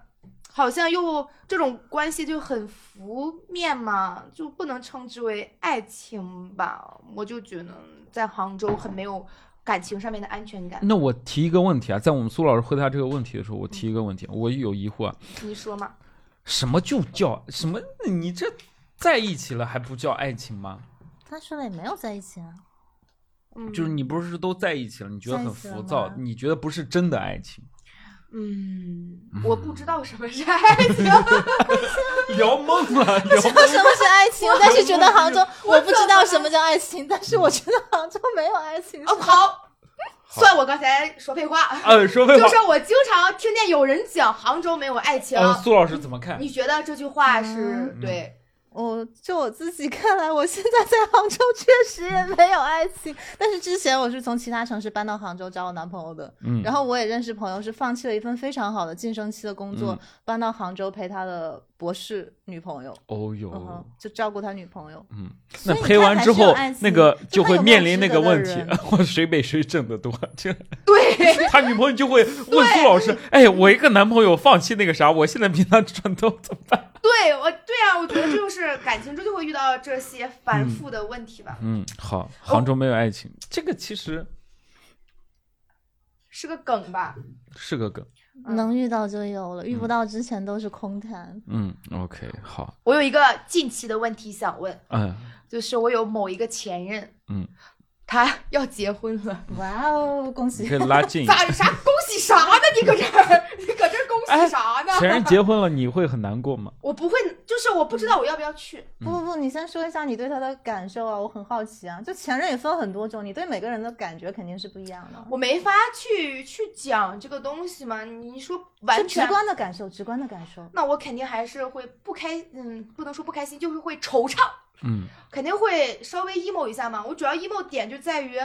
C: 好像又这种关系就很浮面嘛，就不能称之为爱情吧。我就觉得在杭州很没有感情上面的安全感。
B: 那我提一个问题啊，在我们苏老师回答这个问题的时候，我提一个问题，我有疑惑啊，
C: 你说嘛？
B: 什么就叫什么？你这在一起了还不叫爱情吗？
A: 他说的也没有在一起啊。
C: 嗯，
B: 就是你不是都在一起了，你觉得很
A: 在
B: 浮
A: 一起了
B: 躁
A: 吗，
B: 你觉得不是真的爱情？
C: 嗯，我不知道什么是爱情，哦
B: 聊懵了，聊懵
A: 什么是爱情？但是觉得杭州，我不知道什么叫爱情，但是我觉得杭州没有爱情。
C: 哦，好，算我刚才说废话。
B: 呃，说废
C: 就
B: 话
C: 是，我经常听见有人讲杭州没有爱情，
B: 呃，苏老师怎么看？
C: 你觉得这句话是、
B: 嗯
C: 对？
A: 我哦就我自己看来，我现在在杭州确实也没有爱情。但是之前我是从其他城市搬到杭州找我男朋友的，
B: 嗯
A: 然后我也认识朋友是放弃了一份非常好的晋升期的工作，
B: 嗯
A: 搬到杭州陪他的博士女朋友，
B: 哦
A: 嗯哼
B: 哟，，
A: 就照顾他女朋友。
B: 嗯，
A: 所
B: 那
A: 以你
B: 陪
A: 看
B: 完
A: 还
B: 之
A: 是有
B: 后
A: 爱，情
B: 那个
A: 就
B: 就
A: 看
B: 会
A: 有没有
B: 面临那
A: 值
B: 个
A: 得
B: 问
A: 的
B: 题
A: 人，
B: 我谁比谁挣得多？这
C: 对，
B: 他女朋友就会问苏老 师：“哎，我一个男朋友放弃那个啥，我现在比他赚多，怎么办
C: 对我，对啊，我觉得这就是感情中就会遇到这些
A: 嗯
C: 反复的问题吧？”，
B: 嗯，好，杭州没有爱情，这个其实
C: 是个梗吧？
B: 是个梗。
C: 嗯
A: 能遇到就有了，遇不到之前都是空谈。
B: 嗯，OK，好，
C: 我有一个近期的问题想问，
B: 嗯
C: 就是我有某一个前任，
B: 嗯，
C: 他要结婚了，
A: 哇哦，恭喜
B: 你！可以拉 近一点。
C: 咋啥恭喜啥呢？你搁这儿，你搁这儿恭
A: 哎
C: 喜啥呢？
B: 前任结婚了，你会很难过吗？
C: 我不会，就是我不知道我要不要去。
B: 嗯
A: 不不不，你先说一下你对他的感受啊，我很好奇啊。就前任也分很多种，你对每个人的感觉肯定是不一样的。
C: 我没法去去讲这个东西嘛，你说完
A: 就直
C: 全，
A: 观的感受，直观的感受。
C: 那我肯定还是会不开，嗯，不能说不开心，就是会惆怅。
B: 嗯
C: 肯定会稍微 emo 一下嘛。我主要 emo 点就在于，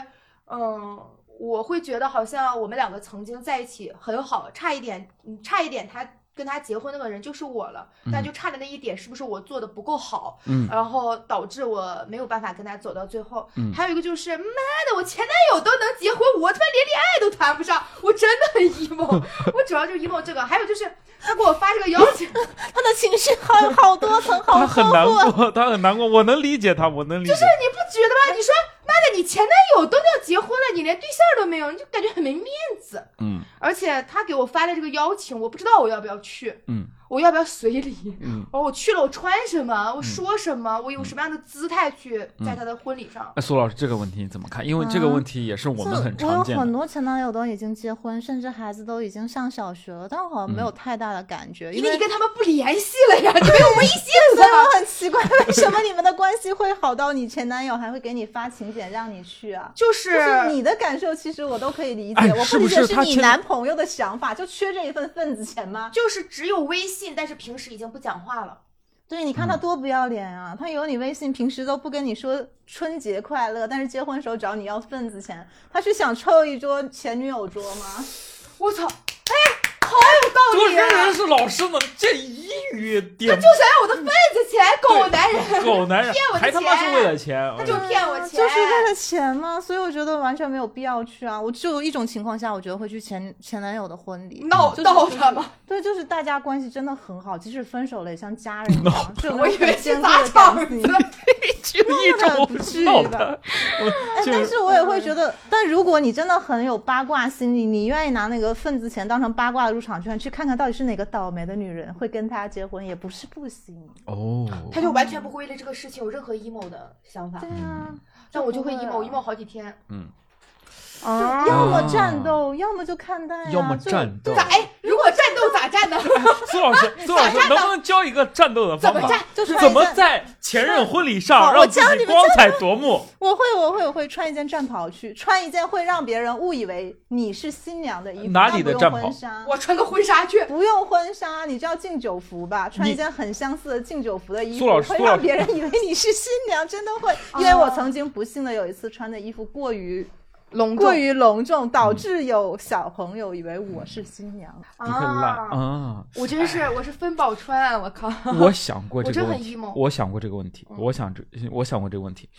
C: 嗯，我会觉得好像我们两个曾经在一起很好，差一点，嗯，差一点他跟他结婚那个人就是我了，
A: 嗯
C: 但就差的那一点是不是我做的不够好，
B: 嗯
C: 然后导致我没有办法跟他走到最后。
B: 嗯
C: 还有一个就是，妈的，我前男友都能结婚，我他妈连恋爱都谈不上，我真的 很 emo。我主要就 emo 这个，还有就是他给我发这个邀请，
A: 他的情绪好 好多层，好
B: 他很难
A: 丰富
B: 过，他很难过，我能理解他，我能理解。
C: 你不觉得吗？你说妈的，你前男友都要结婚了，你连对象都没有，你就感觉很没面子。
B: 嗯
C: 而且他给我发的这个邀请，我不知道我要不要去，
B: 嗯
C: 我要不要随礼。
B: 嗯。
C: 然后我去了，我穿什么？我说什么？我用什么样的姿态去在他的婚礼上？
B: 哎，苏老师，这个问题你怎么看？因为这个问题也是我们很
A: 我有
B: 常见
A: 很
B: 的。
A: 多前男友都已经结婚，甚至孩子都已经上小学了，但我好像
B: 嗯
A: 没有太大的感觉，
C: 因
A: 为
C: 为 你跟他们不联系了呀，你没有微信
A: 所以
C: 了。
A: 我很奇怪，为什么你们的关系会好到你前男友还会给你发请柬让你去啊？
C: 就是
A: 就是你的感受，其实我都可以理解。
B: 哎
A: 我
B: 是
A: 理
B: 不
A: 解
B: 是他
A: 你
B: 缺
A: 男朋友的想法，就缺这一份份子钱吗？
C: 就是只有微信，但是平时已经不讲话了。
A: 对，你看他多不要脸啊！他有你微信，平时都不跟你说春节快乐，但是结婚时候找你要份子钱，他是想凑一桌前女友桌吗？
C: 我操，哎，好有道理、啊！
B: 是老师呢，这一语点
C: 就想要我的份子钱，狗男人！
B: 狗男人
C: 骗我的
B: 还他妈
C: 钱
B: 是为了钱，
C: 他就
B: 哎
C: 骗我
A: 啊
C: 钱
A: 就是为了钱嘛，所以我觉得完全没有必要去啊。我只有一种情况下，我觉得会去前前男友的婚礼
C: 闹
A: 就是
C: 闹他吗？
A: 对，就是大家关系真的很好，即使分手了也像家人一样，这种
C: 我以为
A: 很
C: 去
A: 坚固
C: 砸
A: 的
C: 场
A: 感
C: 子
A: 情。。
B: 就哎一种
A: 不至于
B: 闹
A: 吧
B: 的。
A: 哎
B: 我就嗯
A: 但是我也会觉得，但如果你真的很有八卦心理，你愿意拿那个份子钱当成八卦的入场券，去看看到底是哪个倒霉的女人会跟他结婚，也不是不行。
B: 哦，
C: 他就完全不会为了这个事情有任何 emo 的想法
A: 对，啊，
C: 但我就会
A: 不会
C: emo
A: 啊
C: emo 好几天。
A: 就要么战斗，要么就看淡呀，
B: 要么
A: 就
B: 战斗
A: 对
C: 咋哎？如果战斗 咋战呢？
B: 苏老师，苏老师
C: 咋战，
B: 能不能教一个战斗的方
C: 怎么
B: 法
C: 战？
A: 就是
B: 怎么在前任婚礼上
A: 好
B: 让
A: 我
B: 自
A: 教
B: 己
A: 你们
B: 光彩夺目？
A: 我会，我会，我会穿一件战袍去，穿一件会让别人误以为你是新娘的衣服，
B: 哪里的
A: 但不用
B: 战袍
A: 婚纱
C: 我穿个婚纱 去，
A: 不用婚纱，你知道敬酒服吧？穿
B: 你
A: 一件很相似的敬酒服的衣
B: 苏
A: 服
B: 老，师
A: 会
B: 苏老
A: 让
B: 师啊
A: 别人以为你是新娘，真的 会。因为我曾经不幸的有一次穿的衣服过于
C: 隆
A: 过于隆
B: 嗯
A: 重，导致有小朋友以为我是新娘。
B: 你可懒！啊！
C: 我真是我是分宝川啊，我靠！
B: 我想过这
C: 我真
B: 个问
C: 很
B: 题
C: emo，嗯
B: 我想过这个问题，我想这， 我想过这个问题。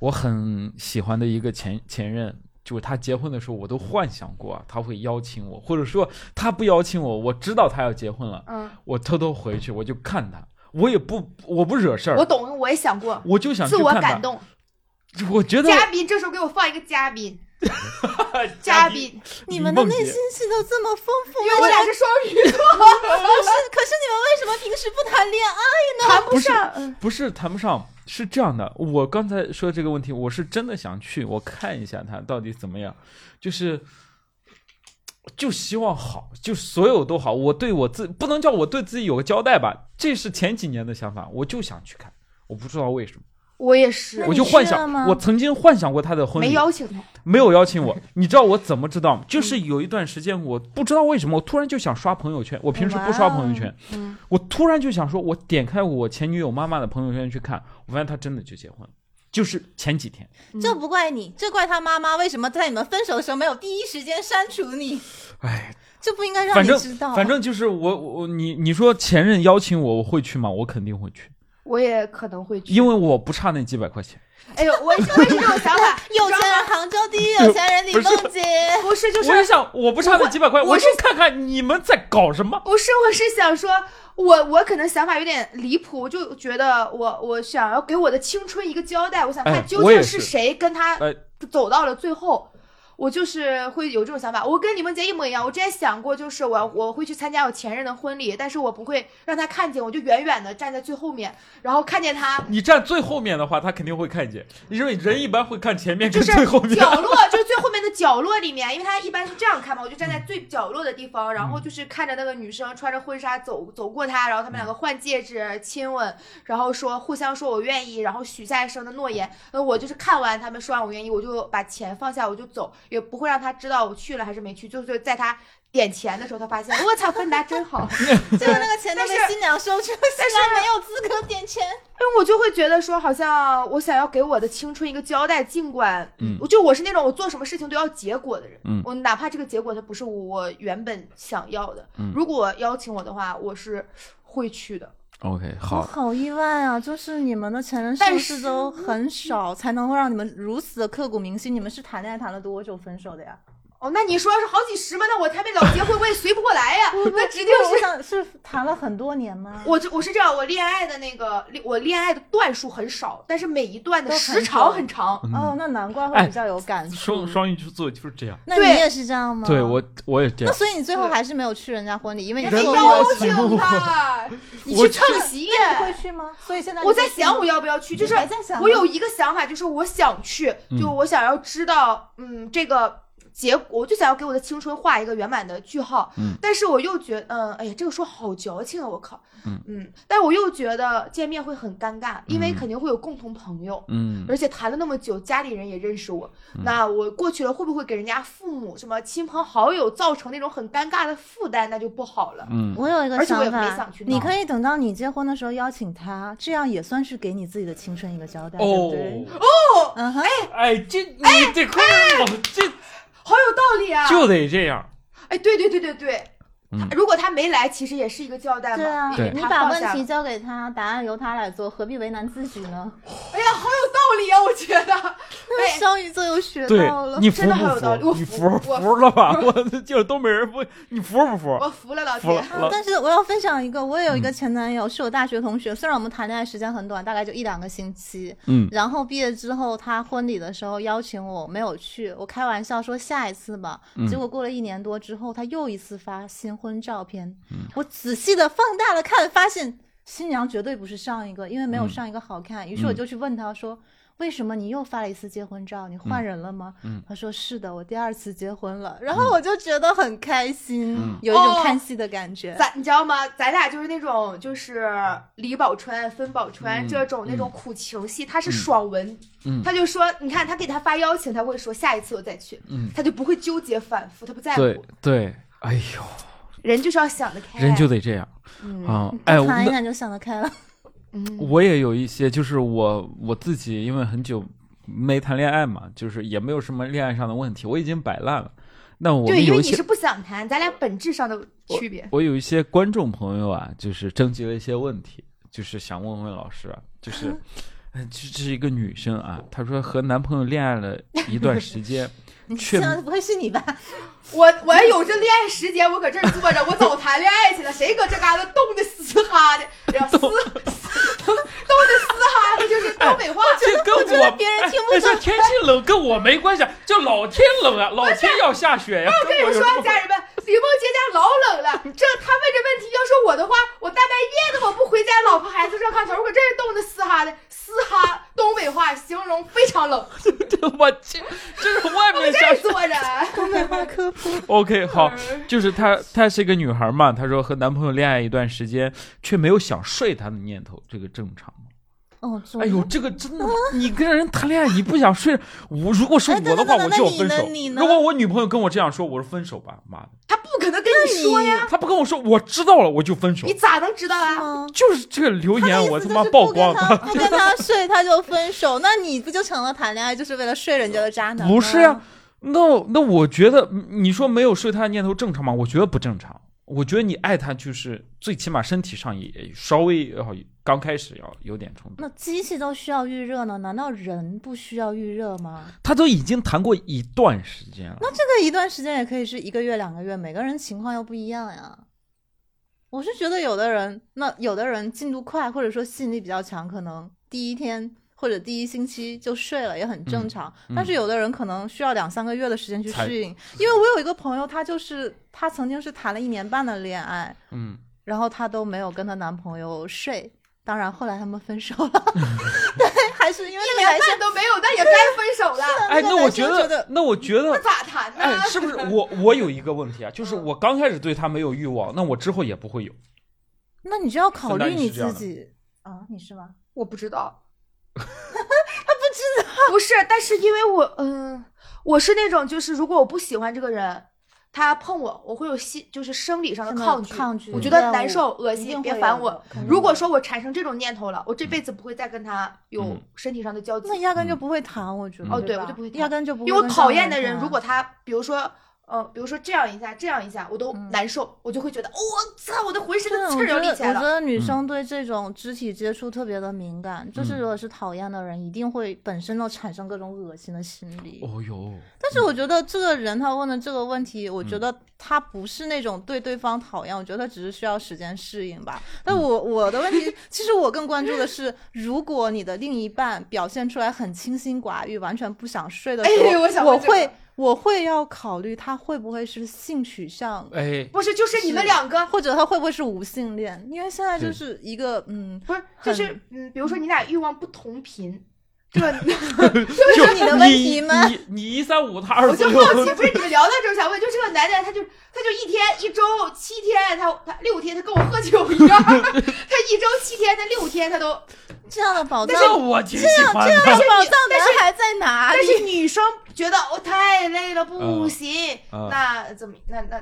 B: 我很喜欢的一个前前任，就是他结婚的时候，我都幻想过、啊、他会邀请我，或者说他不邀请我，我知道他要结婚了，
C: 嗯，
B: 我偷偷回去，我就看他，我也不，我不惹事儿，
C: 我
B: 我
C: 懂，我也想过，
B: 就想去
C: 自我
B: 看他。
C: 感动。
B: 我觉得
C: 嘉宾，这时候给我放一个嘉宾，嘉宾，
A: 你们的
B: 梦
A: 内
B: 洁
A: 心戏都这么丰富，
C: 因为我俩是双鱼座，
A: 不是？可是你们为什么平时不谈恋爱呢？啊
C: 谈不上。嗯
B: 不是谈不上，是这样的。我刚才说这个问题，我是真的想去，我看一下他到底怎么样，就是就希望好，就所有都好。我对我自不能叫我对自己有个交代吧，这是前几年的想法，我就想去看，我不知道为什么，
C: 我也是
A: 那
B: 我
A: 你
B: 就幻
A: 去了
B: 想，
A: 吗
B: 我曾经幻想过他的婚
C: 没
B: 礼，
C: 邀请他，
B: 没有邀 请我。你知道我怎么知
C: 嗯
B: 道吗？就是有一段时间，我不知道为什么，我突然就想刷朋友圈。我平时不刷朋友圈，
C: 嗯，
B: 我突然就想说，我点开我前女友妈妈的朋友圈去看，我发现她真的就结婚了，就是前几天。
A: 这不怪你，这怪他妈妈为什么在你们分手的时候没有第一时间删除你，
B: 哎，
A: 这不应该让
B: 反
A: 你
B: 正
A: 知道。啊，
B: 反正就是我我你你说前任邀请我，我会去吗？我肯定会去，
C: 我也可能会去。
B: 因为我不差那几百块钱。
C: 哎呦，我也是我也是这种想法
A: 有钱人杭州第一有钱人李
B: 不是
A: 梦洁。
C: 不是就是
B: 我也想，我不差那几百块，
C: 我
B: 我
C: 是
B: 就看看你们在搞什么。
C: 不是，我是想说，我我可能想法有点离谱，我就觉得我我想要给我的青春一个交代，我想
B: 哎
C: 看究
B: 我也
C: 竟
B: 是
C: 是谁跟他
B: 哎
C: 走到了最后。我就是会有这种想法，我跟李梦洁一模一样。我之前想过，就是我要我会去参加我前任的婚礼，但是我不会让他看见，我就远远的站在最后面，然后看见他
B: 你站最后面的话，他肯定会看见，因为人一般会看前面
C: 就
B: 跟
C: 是
B: 最后面。
C: 角落，就是最后面的角落里面，因为他一般是这样看嘛，我就站
B: 嗯
C: 在最角落的地方，然后就是看着那个女生穿着婚纱走走过他，然后他们
B: 嗯
C: 两个换戒指、亲吻，然后说互相说我愿意，然后许下一生的诺言。呃，我就是看完他们说完我愿意，我就把钱放下，我就走，也不会让他知道我去了还是没去，就是在他点钱的时候，他发现我操，芬达真好。
A: 结果那个钱都被
C: 但是
A: 新娘收去了，新郎没有资格点钱。
C: 因为我就会觉得说，好像我想要给我的青春一个交代，尽管，
B: 嗯
C: 我就我是那种我做什么事情都要结果的人，
B: 嗯
C: 我哪怕这个结果它不是我原本想要的，
B: 嗯
C: 如果邀请我的话，我是会去的。嗯
B: OK，
A: 我
B: 好，
A: 好意外啊！就是你们的前任
C: 但
A: 收视
C: 是
A: 都很少，才能够让你们如此的刻骨铭心。你们是谈恋爱谈了多久分手的呀？
C: 哦，那你说要是好几十嘛，那我还没老结婚，我也随不过来呀，那指定
A: 我
C: 是。
A: 想是谈了很多年吗？
C: 我这我是这样，我恋爱的那个我恋爱的段数很少，但是每一段的
A: 都很
C: 时长
A: 久
C: 很长。
B: 嗯
A: 哦，那难怪
B: 哎
A: 会比较有感触。
D: 双双鱼座就是这样。
A: 那你
C: 对
A: 也是这样
C: 嗯
A: 吗？
B: 对我我也这
A: 那
B: 样，
A: 所以你最后还是没有去人家婚礼，因为你
C: 人
A: 后
C: 家
A: 悔
C: 邀
A: 了
C: 请他，你
D: 我
C: 去
D: 去
C: 唱席。
A: 那你会去吗？所以现在
C: 我在想我
A: 要
C: 要不要去，就是
A: 还在想吗
C: 我有一个想法，就是我想去，
B: 嗯
C: 就我想要知道，嗯，这个结果，我就想要给我的青春画一个圆满的句号。
B: 嗯
C: 但是我又觉嗯，哎呀，这个说好矫情啊，我靠，
B: 嗯
C: 但是我又觉得见面会很尴尬，因为
B: 嗯
C: 肯定会有共同朋友。
B: 嗯
C: 而且谈了那么久，家里人也认识我，那我过去了会不会给人家父母、什么亲朋好友造成那种很尴尬的负担？那就不好了。
B: 嗯，
A: 我有一个
C: 而且我也
A: 想
C: 没
A: 法
C: 想去，闹
A: 你可以等到你结婚的时候邀请他，这样也算是给你自己的青春一个交代，对不对？
C: 哦，
A: 嗯哼，
D: 哎，这你这快，
C: 哎
D: 我这
C: 好有道理啊！
D: 就得这样。
C: 哎，对对对对对，
B: 嗯
C: 如果他没来，其实也是一个交代嘛。
A: 对啊
B: 对，
A: 你
C: 他
A: 把
C: 放
A: 问
C: 下
A: 题
C: 了，
A: 交给他，答案由他来做，何必为难自己呢？
C: 哎呀，好有道理啊！我觉得， 对
A: 双鱼座又学
D: 对
A: 到了，
D: 你服
C: 真的
D: 不
C: 好有道理我
D: 服？你
C: 服
D: 服
C: 我
D: 服了吧？我就是都没人服，你服不服？
C: 我服了老
D: 服
C: 铁。
A: 啊
D: 了。
A: 但是我要分享一个，我也有一个前男友，是我大学同学，虽然我们谈恋爱时间很短，大概就一两个星期。
B: 嗯
A: 然后毕业之后，他婚礼的时候邀请我，没有去，我开玩笑说下一次吧。结果过了一年多之后，他又一次发新婚照片，我仔细的放大了看，发现新娘绝对不是上一个，因为没有上一个好看。于是我就去问他说。为什么你又发了一次结婚照？你换人了吗？他说是的，我第二次结婚了。然后我就觉得很开心，有一种
C: 哦
A: 看戏的感觉。
C: 咱你知道吗？咱俩就是那种就是李宝川、分宝川、这种那种苦情戏，他是爽文，
B: 嗯
C: 他就说，你看他给他发邀请，他会说下一次我再去，
B: 嗯
C: 他就不会纠结反复，他不在
B: 对
C: 乎，
B: 对，哎呦，
C: 人就是要想得开，
B: 人就得这样啊！哎，我
A: 谈一
B: 那
A: 谈就想得开 了。
C: 嗯，
B: 我也有一些，就是我我自己，因为很久没谈恋爱嘛，就是也没有什么恋爱上的问题，我已经摆烂了。那我
C: 对，
B: 们
C: 因为
B: 有一
C: 你
B: 些
C: 是不想谈，咱俩本质上的区别，
B: 我有一些观众朋友啊，就是征集了一些问题，就是想问问老师 啊，就是，呃这这是一个女生 啊，她说和男朋友恋爱了一段时间，
A: 希
B: 却
A: 望不会是你吧？
C: 我我要有这恋爱时间，我搁这儿坐着，我早谈恋爱去了。谁搁这嘎达冻的嘶哈的，然后嘶冻的嘶哈的，就是东北话。
D: 这跟
A: 觉得别人听不
D: 哎这天气冷跟我没关系，
B: 啊
D: 就老天冷啊，老天要下雪呀。
C: 跟你们说， 家人们，李梦洁家老冷了。这他问这问题，要说我的话，我大半夜的我不回家，老婆孩子热炕头，我搁这儿冻的嘶哈的，嘶哈东北话形容非常冷，
D: 这我这这是外面
C: 这
D: 下
C: 儿
D: 雪。
C: 坐 着。
A: 东北话科普。
B: OK 好，就是她她是一个女孩嘛，她说和男朋友恋爱一段时间，却没有想睡他的念头，这个正常吗？
A: 哦，中
D: 哎呦，这个真的，你跟人谈恋爱你不想睡，我如果是
A: 哎
D: 我
A: 等
D: 的
A: 等
D: 话，
A: 等
D: 我
A: 等
D: 就要分
A: 那你呢
B: 手
A: 你。呢
B: 如果我女朋友跟我这样说，我说分手吧，妈的，
C: 他不可能跟你说呀，
D: 他不跟我说，我知道了，我就分手
C: 你。咋能知道啊？
A: 吗？
D: 就是这个留
A: 的
D: 言，
A: 意思
D: 我
A: 就
D: 他妈
A: 是不
D: 曝
A: 跟
D: 光
A: 他
D: 了。
A: 不跟他睡，他就分手，那你不就成了谈恋爱就是为了睡人家的渣男？
B: 不是呀、，那那我觉得嗯你说没有睡他的念头正常吗？我觉得不正常。我觉得你爱他，就是最起码身体上也稍微要刚开始要有点冲动。
A: 那机器都需要预热呢，难道人不需要预热吗？
B: 他都已经谈过一段时间了，
A: 那这个一段时间也可以是一个月、两个月，每个人情况又不一样呀。我是觉得有的人，那有的人进度快，或者说吸引力比较强，可能第一天或者第一星期就睡了，也很正常。
B: 嗯嗯
A: 但是有的人可能需要两三个月的时间去
B: 才
A: 适应。因为我有一个朋友，她就是她曾经是谈了一年半的恋爱，
B: 嗯，
A: 然后她都没有跟她男朋友睡。当然，后来他们分手了。 对，还是因为那个男
C: 连
A: 生
C: 饭都没有，那也该分手了。
B: 哎，
A: 那
B: 那
A: 个
B: 我
A: 男
B: 觉
A: 生觉
B: 得
A: 得，
B: 那我觉得
C: 那，咋谈呢？
B: 哎，是不是我我有一个问题啊？就是我刚开始对他没有欲望，那我之后也不会有。
A: 那你就要考
B: 分担
A: 虑
B: 欲
A: 你
B: 是这样
A: 自
B: 的
A: 己啊，你是吗？
C: 我不知道，他不知道，不是，但是因为我，嗯、我是那种就是如果我不喜欢这个人，他碰我，我会有心就是生理上的
A: 真的
C: 抗拒。
A: 抗拒，
C: 我
A: 厌
C: 觉得
A: 恶
C: 难受、恶
A: 一
C: 心，
A: 定
C: 别
A: 会
C: 烦
A: 有
C: 我
A: 的。肯定
C: 如果
A: 会
C: 说我产生这种念头了，我这辈子不会再跟他有
B: 嗯
C: 身体上的交集
A: 那，压根就不会谈，我觉得。
B: 哦
C: 对
A: 吧
C: 我就不会谈
A: 压根就不会
C: 因
A: 跟
C: 为
A: 上
C: 我
A: 面谈。
C: 讨厌的人，如果他比如说。呃，比如说这样一下，这样一下，我都
A: 嗯
C: 难受，我就会觉得，哦我操，我的浑身
A: 真
C: 的
A: 的，
C: 刺
A: 我
C: 儿
A: 觉
C: 要
A: 得
C: 立
A: 我
C: 起来
A: 觉
C: 了。
A: 得女生对这种肢体接触特别的敏感，就是如果是讨厌的人，一定会本身都产生各种恶心的心理。
B: 哦呦，
A: 但
C: 嗯
A: 是我觉得这个人他问的这个问题，我觉得他不是那种对对方讨厌，我觉得他只是需要时间适应吧。但
C: 嗯
A: 我我的问题，其实我更关注的是，如果你的另一半表现出来很清心寡欲，完全不想睡的时
C: 哎
A: 候，
C: 我想
A: 我
C: 问这个
A: 会我会要考虑他会不会是性取向
B: 哎，
C: 不是，就是你们
A: 是
C: 两个
A: 或者他会不会是无性恋？因为现在就
B: 对
A: 是一个嗯，
C: 不是，就是嗯，比如说你俩欲望不 同频，这个
B: 就
A: 你的问题吗
B: 你你一三五，他二
C: 我
B: 四
C: 就
B: 六，
C: 好奇，不是你们聊到这儿，想问，就这个男的，他就他就一天一周七天，他他六天，他跟我喝酒一 样，他一周七天，他六天他都，
A: 这样的宝藏，
D: 这我挺喜欢的。
A: 的宝藏男孩在哪
C: 但
A: 里？
C: 是女生觉得我太累了，不行，
B: 嗯
C: 那怎么那那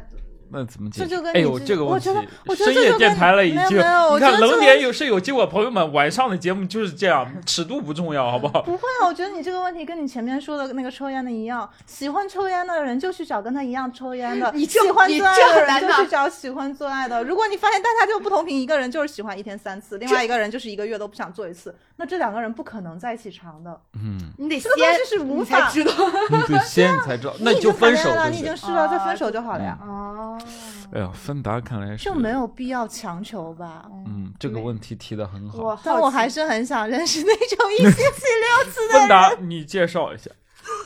B: 那怎么解
A: 这
B: 决？
A: 就跟
B: 哎
A: 你
B: 呦，
A: 之
B: 这个
A: 我
B: 问题
A: 觉得，我觉得
B: 深
A: 这
B: 夜
A: 就
B: 电
A: 跟
D: 台了一
A: 没有
D: 句
A: 没有，我
D: 你
A: 觉得
D: 看，
A: 这
D: 冷
A: 个
D: 点有是有结果，朋友们，晚上的节目就是这样，尺度不重要，好不好？
A: 不会啊，我觉得你这个问题跟你前面说的那个抽烟的一样，喜欢抽烟的人就去找跟他一样抽烟的，
C: 你这
A: 喜欢
C: 你
A: 做爱
C: 这很
A: 的人
C: 难
A: 就
C: 的
A: 去找喜欢做爱的。如果你发现大家就不同频，一个人就是喜欢一天三次，另外一个人就是一个月都不想做一次，那这两个人不可能在一起长的。
B: 嗯，
C: 你得
A: 这
C: 先
A: 个东西是无
C: 你才
A: 法，
C: 知道
B: 你得先你才知道，那
A: 你已
B: 就
A: 经
B: 分手
A: 谈恋爱了，
B: 就
A: 你已
B: 是
A: 经。试了，再
C: 啊
A: 分手就好了呀，
C: 哦，
B: 哎呀，芬达看来是
A: 就没有必要强求吧。
B: 嗯，这个问题提的很好。
C: 我好
A: 但我
C: 奇
A: 还是很想认识那种一星期六次的
D: 芬
A: 人。
D: 达，你介绍一下，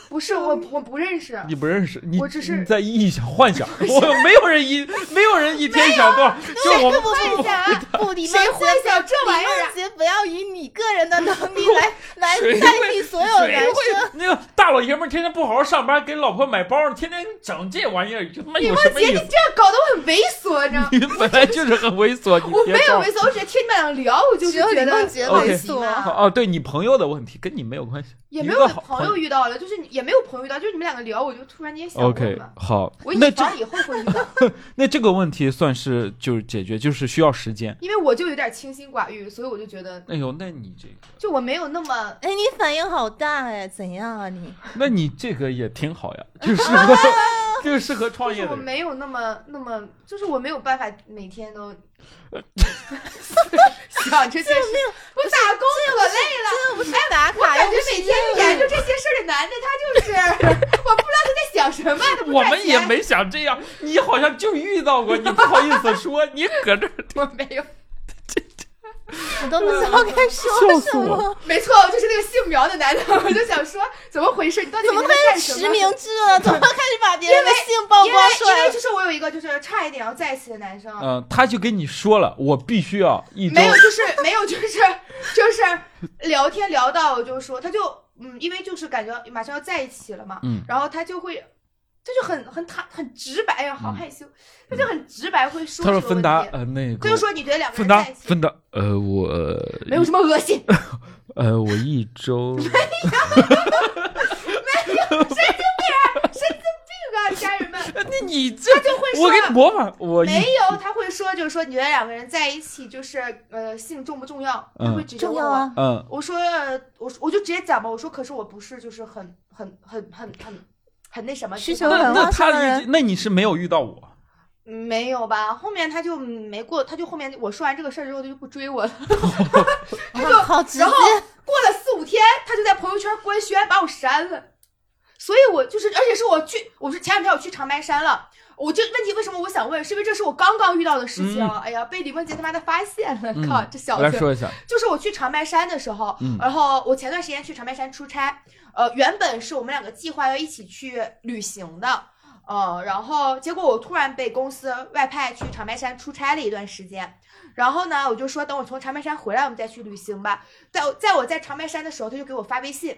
C: 不是我我不认识，
B: 你不认识，你
C: 我只是
B: 你在臆想幻想，我没有人一没有人一天想多少，就我
C: 啊
B: 们
A: 幻想，不，李
C: 谁
A: 梦洁
C: 幻想这玩意儿啊
A: 李梦洁不要以你个人的能 力来来
D: 谁
A: 代替所有男
D: 谁
A: 生。
D: 会那个大老爷们儿天天不好好上班，给老婆买包，天天整这玩意儿，他妈
C: 李
D: 有
C: 梦
D: 什么
C: 洁，
D: 意
C: 你
D: 思？
C: 这样搞得我很猥琐，你知道吗？
B: 你本来就是很猥琐，你
C: 我
B: 别
C: 没有
B: 装
C: 猥琐，我只是听你们俩聊，我就
A: 只
C: 是
A: 有
C: 觉
A: 李
C: 得
A: 梦洁
B: 猥
A: 琐
C: 嘛
B: 哦，对你朋友的问题跟你没有关系，
C: 也
B: 一
C: 没
B: 个
C: 有
B: 好
C: 朋友遇到了，就是也没有朋友遇到，就是你们两个聊，我就突然间想问
B: OK
C: 了。
B: 好
C: 我，以
B: 那这
C: 防以后会遇到，
B: 那这个问题算是就是解决，就是需要时间。
C: 因为我就有点清心寡欲，所以我就觉得，
B: 哎呦，那你这个，
C: 就我没有那么
A: 哎，你反应好大哎，怎样啊你？
B: 那你这个也挺好 呀，就适合 就适合创
C: 就
B: 业
C: 是我
B: 的人。
C: 没有那么那么，就是我没有办法每天都
B: 呃
C: 想这些事，我打工可累了。
A: 不是打
C: 我
A: 卡，
C: 感
A: 又
C: 觉
A: 不是
C: 每天研究这些事儿的男的，他就是 我不知道他在想什么，他不
D: 我
C: 赚
D: 们也
C: 钱
D: 没想这样，你好像就遇到过，你不好意思说，你搁这儿
C: 我没有，
A: 我都不知道该说什
B: 我
A: 么。
C: 没错，我就是那个姓苗的男的，我就想说怎么回事？你到底
A: 怎么
C: 每
A: 开
C: 天在干
A: 始
C: 什
A: 实
C: 么
A: 名制了？怎么开始把别人的性曝
C: 因为
A: 光出
C: 因
A: 来
C: 为
A: 了？
C: 就是我有一个就是差一点要在一起的男生，
B: 嗯，他就跟你说了，我必须要一周
A: 嗯
C: 没有就是没有就是就是聊天聊到我就说他就嗯，因为就是感觉马上要在一起了嘛，
B: 嗯
C: 然后他就会。他就很很坦很直白，哎呀，好
B: 嗯
C: 害羞。他就很直白，会说
B: 他说
C: 这个问
B: 芬
C: 题。
B: 达，呃，那
C: 他
B: 个
C: 就说你觉得两个
B: 芬
C: 人
B: 达
C: 在一起
B: 芬达，呃，我
C: 没有什么恶心，
B: 呃，我一周
C: 这个家人们，
D: 那 你这
C: 他就会说
D: 我给你模仿，我一
C: 没有，他会说就是说你觉得两个人在一起就是呃性重不重要？他
B: 嗯
C: 会直接
A: 重
C: 问
A: 要
C: 我
A: 啊！
B: 嗯
C: 我说，呃我说我就直接讲吧。我说，可是我不是，就是很很很很很很那什么
A: 需
C: 就
A: 求
C: 是
A: 很
B: 那
A: 文
B: 那
A: 化上的
B: 他
A: 人
B: 遇那你是没有遇到我，
C: 没有吧？后面他就没过，他就后面我说完这个事儿之后，他就不追我了。
A: 哇好直接
C: 然，后过了四五天，他就在朋友圈官宣把我删了。所以我就是，而且是我去，我不是前两天我去长白山了。我这问题为什么我想问，是因为这是我刚刚遇到的事情。
B: 嗯
C: 哎呀，被李梦洁他妈的发现了！
B: 嗯
C: 靠，这小
B: 来
C: 子。
B: 说一下，
C: 就是我去长白山的时候，
B: 嗯
C: 然后我前段时间去长白山出差，呃，原本是我们两个计划要一起去旅行的，呃，然后结果我突然被公司外派去长白山出差了一段时间，然后呢，我就说等我从长白山回来，我们再去旅行吧。在我在我在长白山的时候，他就给我发微信。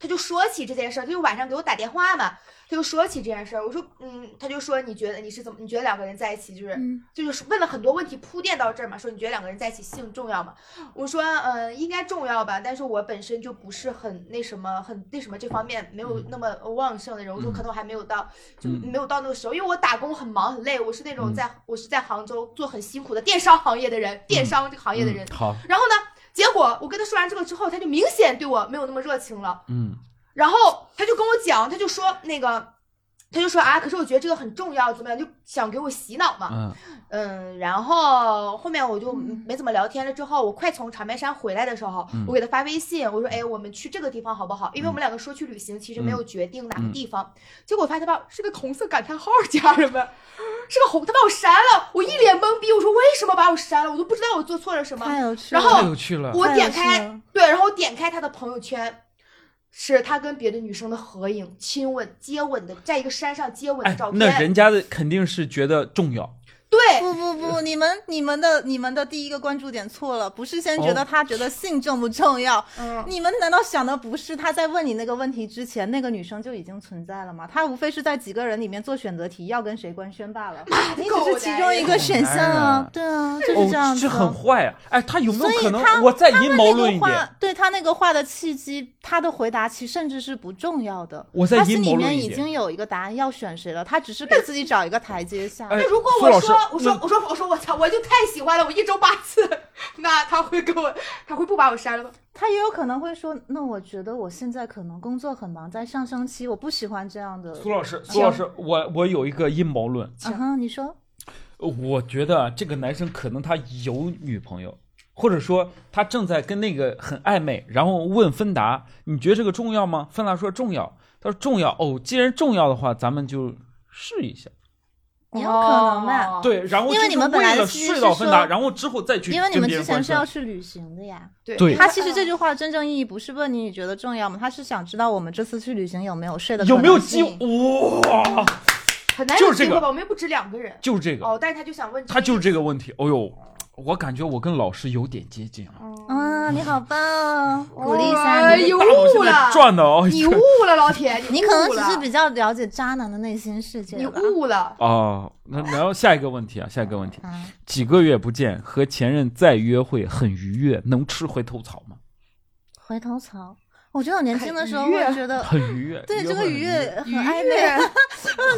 C: 他就说起这件事儿，他就晚上给我打电话嘛，他就说起这件事儿。我说，嗯，他就说你觉得你是怎么？你觉得两个人在一起就是、
A: 嗯
C: 就是问了很多问题铺垫到这儿嘛，说你觉得两个人在一起性重要吗？我说，嗯，应该重要吧，但是我本身就不是很那什么，很那什么这方面没有那么旺盛的人。我说，
E: 嗯
C: 可能我还没有到，就
E: 嗯
C: 没有到那个时候，因为我打工很忙很累，我是那种
E: 嗯
C: 在、我是在杭州做很辛苦的电商行业的人，电商这个行业的人。
E: 嗯好，
C: 然后呢，结果我跟他说完这个之后，他就明显对我没有那么热情了。
E: 嗯
C: 然后他就跟我讲，他就说那个，他就说啊，可是我觉得这个很重要，怎么样，就想给我洗脑嘛。
E: 嗯
C: 嗯，然后后面我就没怎么聊天了。之后我快从长白山回来的时候，
E: 嗯
C: 我给他发微信，我说哎，我们去这个地方好不好？因为我们两个说去旅行，其实没有决定哪个地方。结果我发现他把是个红色感叹号家人们。是个红，他把我删了，我一脸懵逼，我说为什么把我删了？我都不知道我做错了什么。
A: 太有趣了。
C: 然后
E: 太有趣了，
C: 我
A: 太有
C: 点
A: 趣
C: 开
A: 了，
C: 对，然后我点开他的朋友圈，是他跟别的女生的合影、亲吻、接吻的，在一个山上接吻的
B: 哎
C: 照，片。
B: 那人家的肯定是觉得重要，
C: 对，
A: 不不不，你们你们的你们的第一个关注点错了，不是先觉得他觉得性重不重要，
C: 嗯，
A: 你们难道想的不是他在问你那个问题之前，那个女生就已经存在了吗？他无非是在几个人里面做选择题，要跟谁官宣罢了。你只是其中一个选项啊，对啊，就是这样
B: 哦，
A: 子。
B: 这很坏啊！哎，他有没有
A: 所以
B: 可能
A: 他
B: 我再
A: 他
B: 阴
A: 们
B: 谋
A: 那
B: 论
A: 个
B: 一
A: 话
B: 点？，哎
A: 对他那个话的契机，他的回答其实甚至是不重要的。
B: 我再
A: 他
B: 阴
A: 心里
B: 谋论
A: 面
B: 一
A: 已
B: 点
A: 经有一个答案要选谁了，他只是给自己找一个台阶下。
B: 哎
C: 那如果
B: 苏老
C: 我
B: 师嗯
C: 说，我说
B: 那，
C: 我说，我说，我操，我就太喜欢了，我一周八次，那他会给我，他会不把我删了吗？
A: 他也有可能会说，那我觉得我现在可能工作很忙，在上升期，我不喜欢这样的。
B: 苏老师，苏老师，我我有一个阴谋论，
A: 嗯哼，你说，
B: 呃我觉得啊这个男生可能他有女朋友，或者说他正在跟那个很暧昧，然后问芬达：“你觉得这个重要吗？”芬达说：“重要。”他说：“重要哦，既然重要的话，咱们就试一下。
A: 也有可能啊吧。
C: 哦，
B: 对，然后
A: 因为
B: 就是
A: 你们本来
B: 为了
A: 其实
B: 睡
A: 是
B: 到芬达，
A: 说
B: 然后之后再去
A: 因为你们
B: 跟别
A: 之
B: 人
A: 前
B: 关
A: 是
B: 系
A: 要去旅行的呀。
C: 对嗯
B: 对
A: 他其实这句话真正意义不是问你你觉得重要吗？他是想知道我们这次去旅行有没有睡的
B: 有没有机哇？
C: 很难
B: 就
C: 有
B: 是这
C: 机
B: 个
C: 会吧？我们又不止两个人。
B: 就是这个，
C: 哦，但是他就想问，
B: 他就是这个问题。哦呦，我感觉我跟老师有点接近啊。
A: 啊，你好棒 哦！鼓励一
C: 哎
A: 下你。
C: 呦
B: 大脑现在
C: 了
B: 转的哦，
C: 你悟了，老铁，
A: 你
C: 悟
A: 可能只是
C: 了
A: 比较了解渣男的内心世界
C: 你
A: 吧。
C: 悟了，
B: 啊
E: 哦，那然后下一个问题啊，下一个问题，
A: 啊，
E: 几个月不见，和前任再约会很愉悦，能吃回头草吗？
A: 回头草。我觉得我年轻的时候
C: 很愉悦
A: 会觉得，
E: 很愉悦，
A: 对
E: 约
A: 这
E: 会
A: 个
E: 很
A: 愉悦很
C: 愉
A: 暧
C: 悦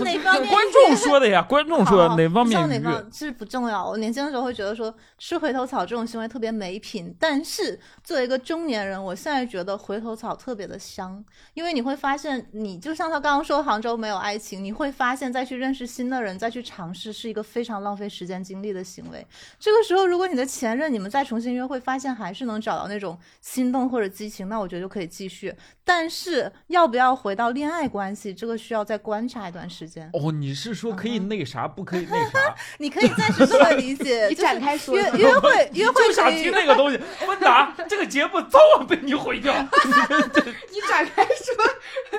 A: 昧。哪方面？
E: 观众说的呀，观众说
A: 好
E: 哪方
A: 不
E: 面
A: 知道
E: 愉
A: 哪
E: 悦
A: 方？是不重要。我年轻的时候会觉得说吃回头草这种行为特别没品，但是作为一个中年人，我现在觉得回头草特别的香，因为你会发现，你就像他刚刚说杭州没有爱情，你会发现再去认识新的人，再去尝试是一个非常浪费时间精力的行为。这个时候，如果你的前任你们再重新约会，发现还是能找到那种心动或者激情，那我觉得就可以继续。但是要不要回到恋爱关系，这个需要再观察一段时间。
B: 哦，你是说可以那啥，不可以那啥？
A: 你可以暂时这么理 解，
C: 你
A: 就是
C: 展开说
A: 约
C: 说
A: 约会 约会
F: 就想
A: 可以
F: 听那个东西。温达，这个节目早晚被你毁 掉。
C: 你展开 说，他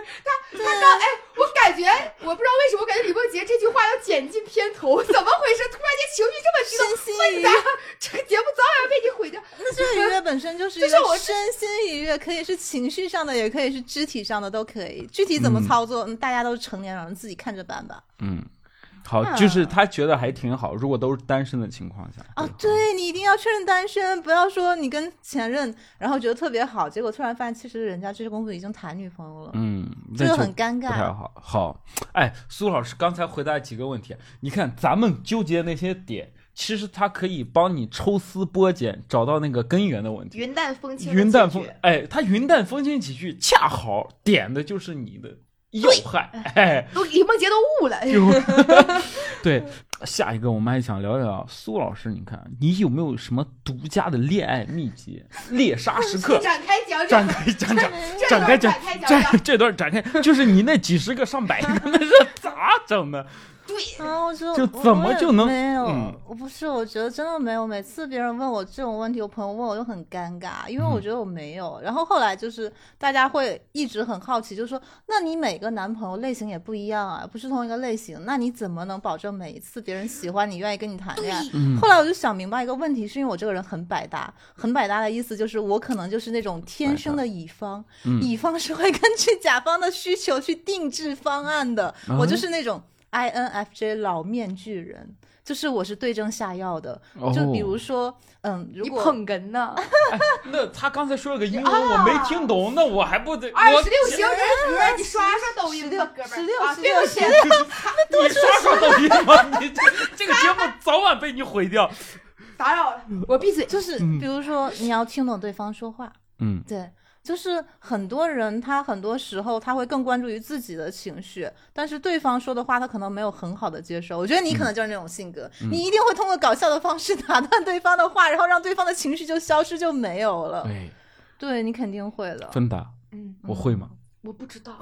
C: 他刚哎，我感觉我不知道为什么，我感觉李梦洁这句话要剪进片头，怎么回事？突然间情绪这么激
A: 身
C: 动，
A: 心愉
C: 问
A: 悦
C: 答，，这个节目早晚要被你毁掉。
A: 那这个愉悦本身就是一
C: 这
A: 个
C: 是我
A: 身心愉悦，可以是情绪上的，也可以是肢体上的，都可以。具体怎么操作，嗯大家都是成年人，自己看着办吧。
E: 嗯，好，
A: 啊
E: 就是他觉得还挺好。如果都是单身的情况下，
A: 啊，对你一定要确认单身，不要说你跟前任，然后觉得特别好，结果突然发现其实人家这些功夫已经谈女朋友了，
E: 嗯，
A: 这
E: 那
A: 个
E: 就
A: 很尴
E: 不太
A: 尬。
E: 好。好，哎，苏老师刚 才回答几个问题，你看咱们纠结那些点，其实他可以帮你抽丝剥茧，找到那个根源的问题。
C: 云淡风轻，
E: 云淡风，哎，他云淡风轻几句，恰好点的就是你的要害，哎，
C: 都李梦洁都悟了。
E: 对，下一个我们还想聊聊苏老师，你看你有没有什么独家的恋爱秘籍？猎杀时刻，
C: 展开讲
E: 展
C: 讲，
E: 开讲讲，
C: 这
E: 展
C: 段
E: 开
C: 展
E: 讲
C: 开讲
E: 这
C: 讲，
E: 这段展开，就是你那几十个上百个，那是咋整的？
C: 对，
A: 啊，我就
B: 就
A: 我
B: 怎
A: 我
B: 么
A: 也
B: 就能
A: 没有？
B: 嗯
A: 我不是，我觉得真的没有。每次别人问我这种问题，我朋友问我就很尴尬，因为
B: 嗯
A: 我觉得我没有。然后后来就是大家会一直很好奇，就说：那你每个男朋友类型也不一样啊，不是同一个类型，那你怎么能保证每一次别人喜欢你，愿意跟你谈恋爱？
B: 嗯
A: 后来我就想明白一个问题，是因为我这个人很百搭，很百搭的意思就是我可能就是那种天生的乙方，
B: 嗯
A: 乙方是会根据甲方的需求去定制方案的，
C: 啊
A: 我就是那种 INFJ 老面具人，就是我是对症下药的，
C: 哦
A: 就比
E: 哦
A: 如说，嗯，如
C: 你
A: 果
C: 捧哏呢？
B: 那他刚才说了个英文，
A: 啊
B: 我没听懂，那我还不得
C: 二
B: 我
C: 十六行之子，你刷刷抖音吧，哥们儿。
G: 16
C: 啊
G: 16
C: 对不起，
B: 你刷刷抖音 吧，你这这个节目早晚被你毁掉。
C: 打扰了，我闭嘴。
A: 就是比如说你要听懂对方说话，
E: 嗯，
A: 对。就是很多人，他很多时候他会更关注于自己的情绪，但是对方说的话，他可能没有很好的接受。我觉得你可
C: 嗯
A: 能就是那种性格，你一定会通过搞笑的方式打断对方的话，然后让对方的情绪就消失就没有了。
E: 哎，
A: 对你肯定会的。
E: 芬达，
C: 嗯，
E: 我会吗？
C: 我不知道，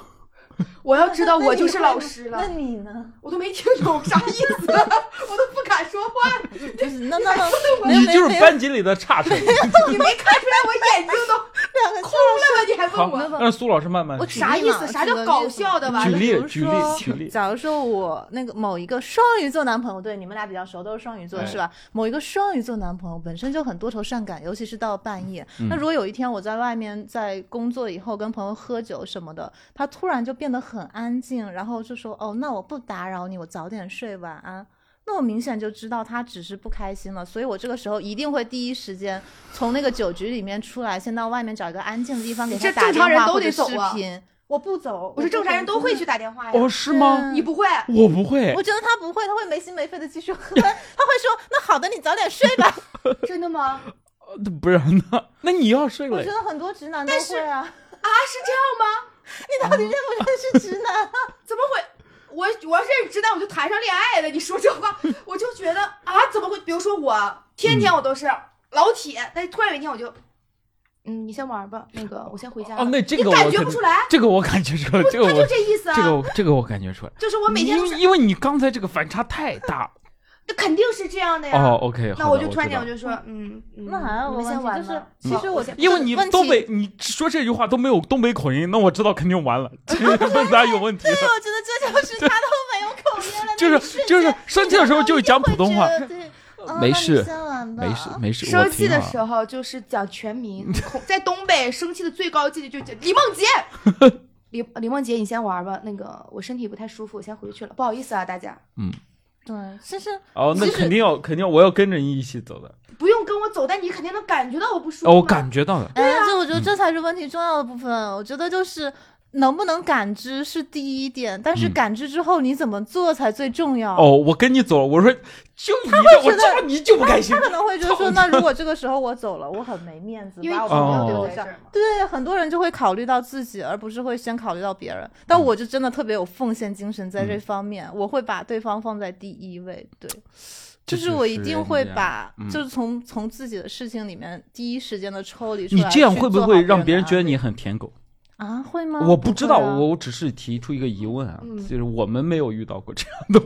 C: 我要知道
G: 那
C: 我
G: 你
C: 就是
G: 会
C: 老
G: 吗
C: 师
G: 那
C: 了，
G: 你呢？
C: 我都没听懂啥意思，我都不敢说话了。
A: 就是那那么
C: 哎
A: 没有
B: 你
A: 没
B: 就
A: 有
B: 是
A: 没有
B: 班级里的差 生。
C: 你没看出来我眼睛都
A: 两个
C: 哭了吗？你还问
B: 好，
C: 我？
B: 让苏老师慢慢
A: 我
B: 说。
A: 举
C: 啥
A: 例
C: 意
A: 嘛
C: 思啥叫搞笑的吧
B: 举例
A: 比如
B: 举例
A: 说
B: 举例
A: 假如说我那个某一个双鱼座男朋友，对你们俩比较熟，都是双鱼座
B: 哎
A: 是吧？某一个双鱼座男朋友本身就很多愁善感，尤其是到半夜。
B: 嗯
A: 那如果有一天我在外面在工作以后跟朋友喝酒什么的，他突然就变得很安静，然后就说：“哦，那我不打扰你，我早点睡，晚安。”那我明显就知道他只是不开心了，所以我这个时候一定会第一时间从那个酒局里面出来，先到外面找一个安静的地方给
C: 这
A: 他打
C: 正
A: 电
C: 常人
A: 话
C: 都
A: 或
C: 得
A: 者
C: 走
A: 视
C: 啊
A: 频。我不走，
C: 我说正常人都会去打电话呀
B: 哦，，是吗？
C: 你不会？
B: 我不会
A: 嗯我，觉得他不会，他会没心没肺的继续喝，他会说：“那好的，你早点睡吧。
C: 真的吗？
B: 呃不是那那你要睡”
A: 我
B: 了
A: 觉，得很多直男都会啊，
C: 啊，是这样吗？
A: 你到底认不认识直男啊？
C: 怎么会？我我要认识直男，我就谈上恋爱了。你说这话，我就觉得 啊，怎么会？比如说我天天我都是老铁，但是突然有一天我就，嗯，你先玩吧，那个我先回家了。
B: 哦那这个
C: 你感
B: 我
C: 觉
B: 肯
C: 不出来，
B: 这个我感觉出来，这个
C: 他就
B: 我
C: 这意思啊。
B: 这个我这个我感觉出来，
C: 就是我每天都
B: 因
C: 是，
B: 因为你刚才这个反差太大。
C: 那肯定是这样的呀。
B: 哦，OK，
C: 那
B: 好
C: 我
B: 的
C: 就
B: 我
C: 突然
B: 知
C: 间
B: 道
C: 我就说，嗯，嗯
A: 那还有
C: 你
A: 个
C: 们先
A: 问
C: 玩
A: 题就是
C: 吧，
A: 其实我
B: 因为你
A: 问题
B: 东北，你说这句话都没有东北口音，那我知道肯定完了，这个问答有问题
A: 对，
B: 了。
A: 我觉得这就是他都没有口音了，
B: 就
A: 那一
B: 是
A: 瞬
B: 就是
A: 间
B: 生气的时候就讲普通话
A: 你，就会觉得对，哦
E: 没事，
A: 那你先玩吧
E: 没事没事，我
C: 生气
E: 挺
C: 的
B: 啊
E: 好
C: 时候就是讲全民，恐在东北生气的最高境界就叫李梦洁。 李李梦洁，你先玩吧，那个我身体不太舒服，我先回去了，不好意思啊，大家
A: 对，其实
B: 哦，那
A: 其实
B: 肯定要肯定要我要跟着你一起走的。
C: 不用跟我走，但你肯定能感觉到我不舒服。
B: 哦，我，感觉
C: 啊
B: 到了，
A: 哎，这我觉得这才是问题重要的部分。啊我觉得就是能不能感知是第一点，但是
E: 嗯
A: 感知之后你怎么做才最重要。
B: 哦，我跟你走了，我说就你这，我知道你就不开心
A: 他。可能会觉得说，那如果这个时候我走了，我很没面子，
C: 因为
A: 把我
C: 朋
A: 朋友
B: 哦
A: 留
C: 在这
A: 下
C: 儿嘛。
A: 对，很多人就会考虑到自己，而不是会先考虑到别人。
B: 嗯
A: 但我就真的特别有奉献精神在这方面，我会把对方放在第一位。对，
E: 这
A: 就是
E: 就
A: 我一
E: 是
A: 定
E: 人
A: 会
B: 啊
E: 家
A: 把，
E: 嗯
A: 就是从从自己的事情里面第一时间的抽离出
B: 你
A: 来。
B: 这样
A: 去
B: 会不
A: 做
B: 会
A: 好
B: 让别人
A: 的
B: 觉得
A: 安
B: 你很舔狗？
A: 慰啊？会吗？
B: 我不知道，
A: 会啊
B: 我我只是提出一个疑问啊，
C: 嗯
B: 就是我们没有遇到过这样的。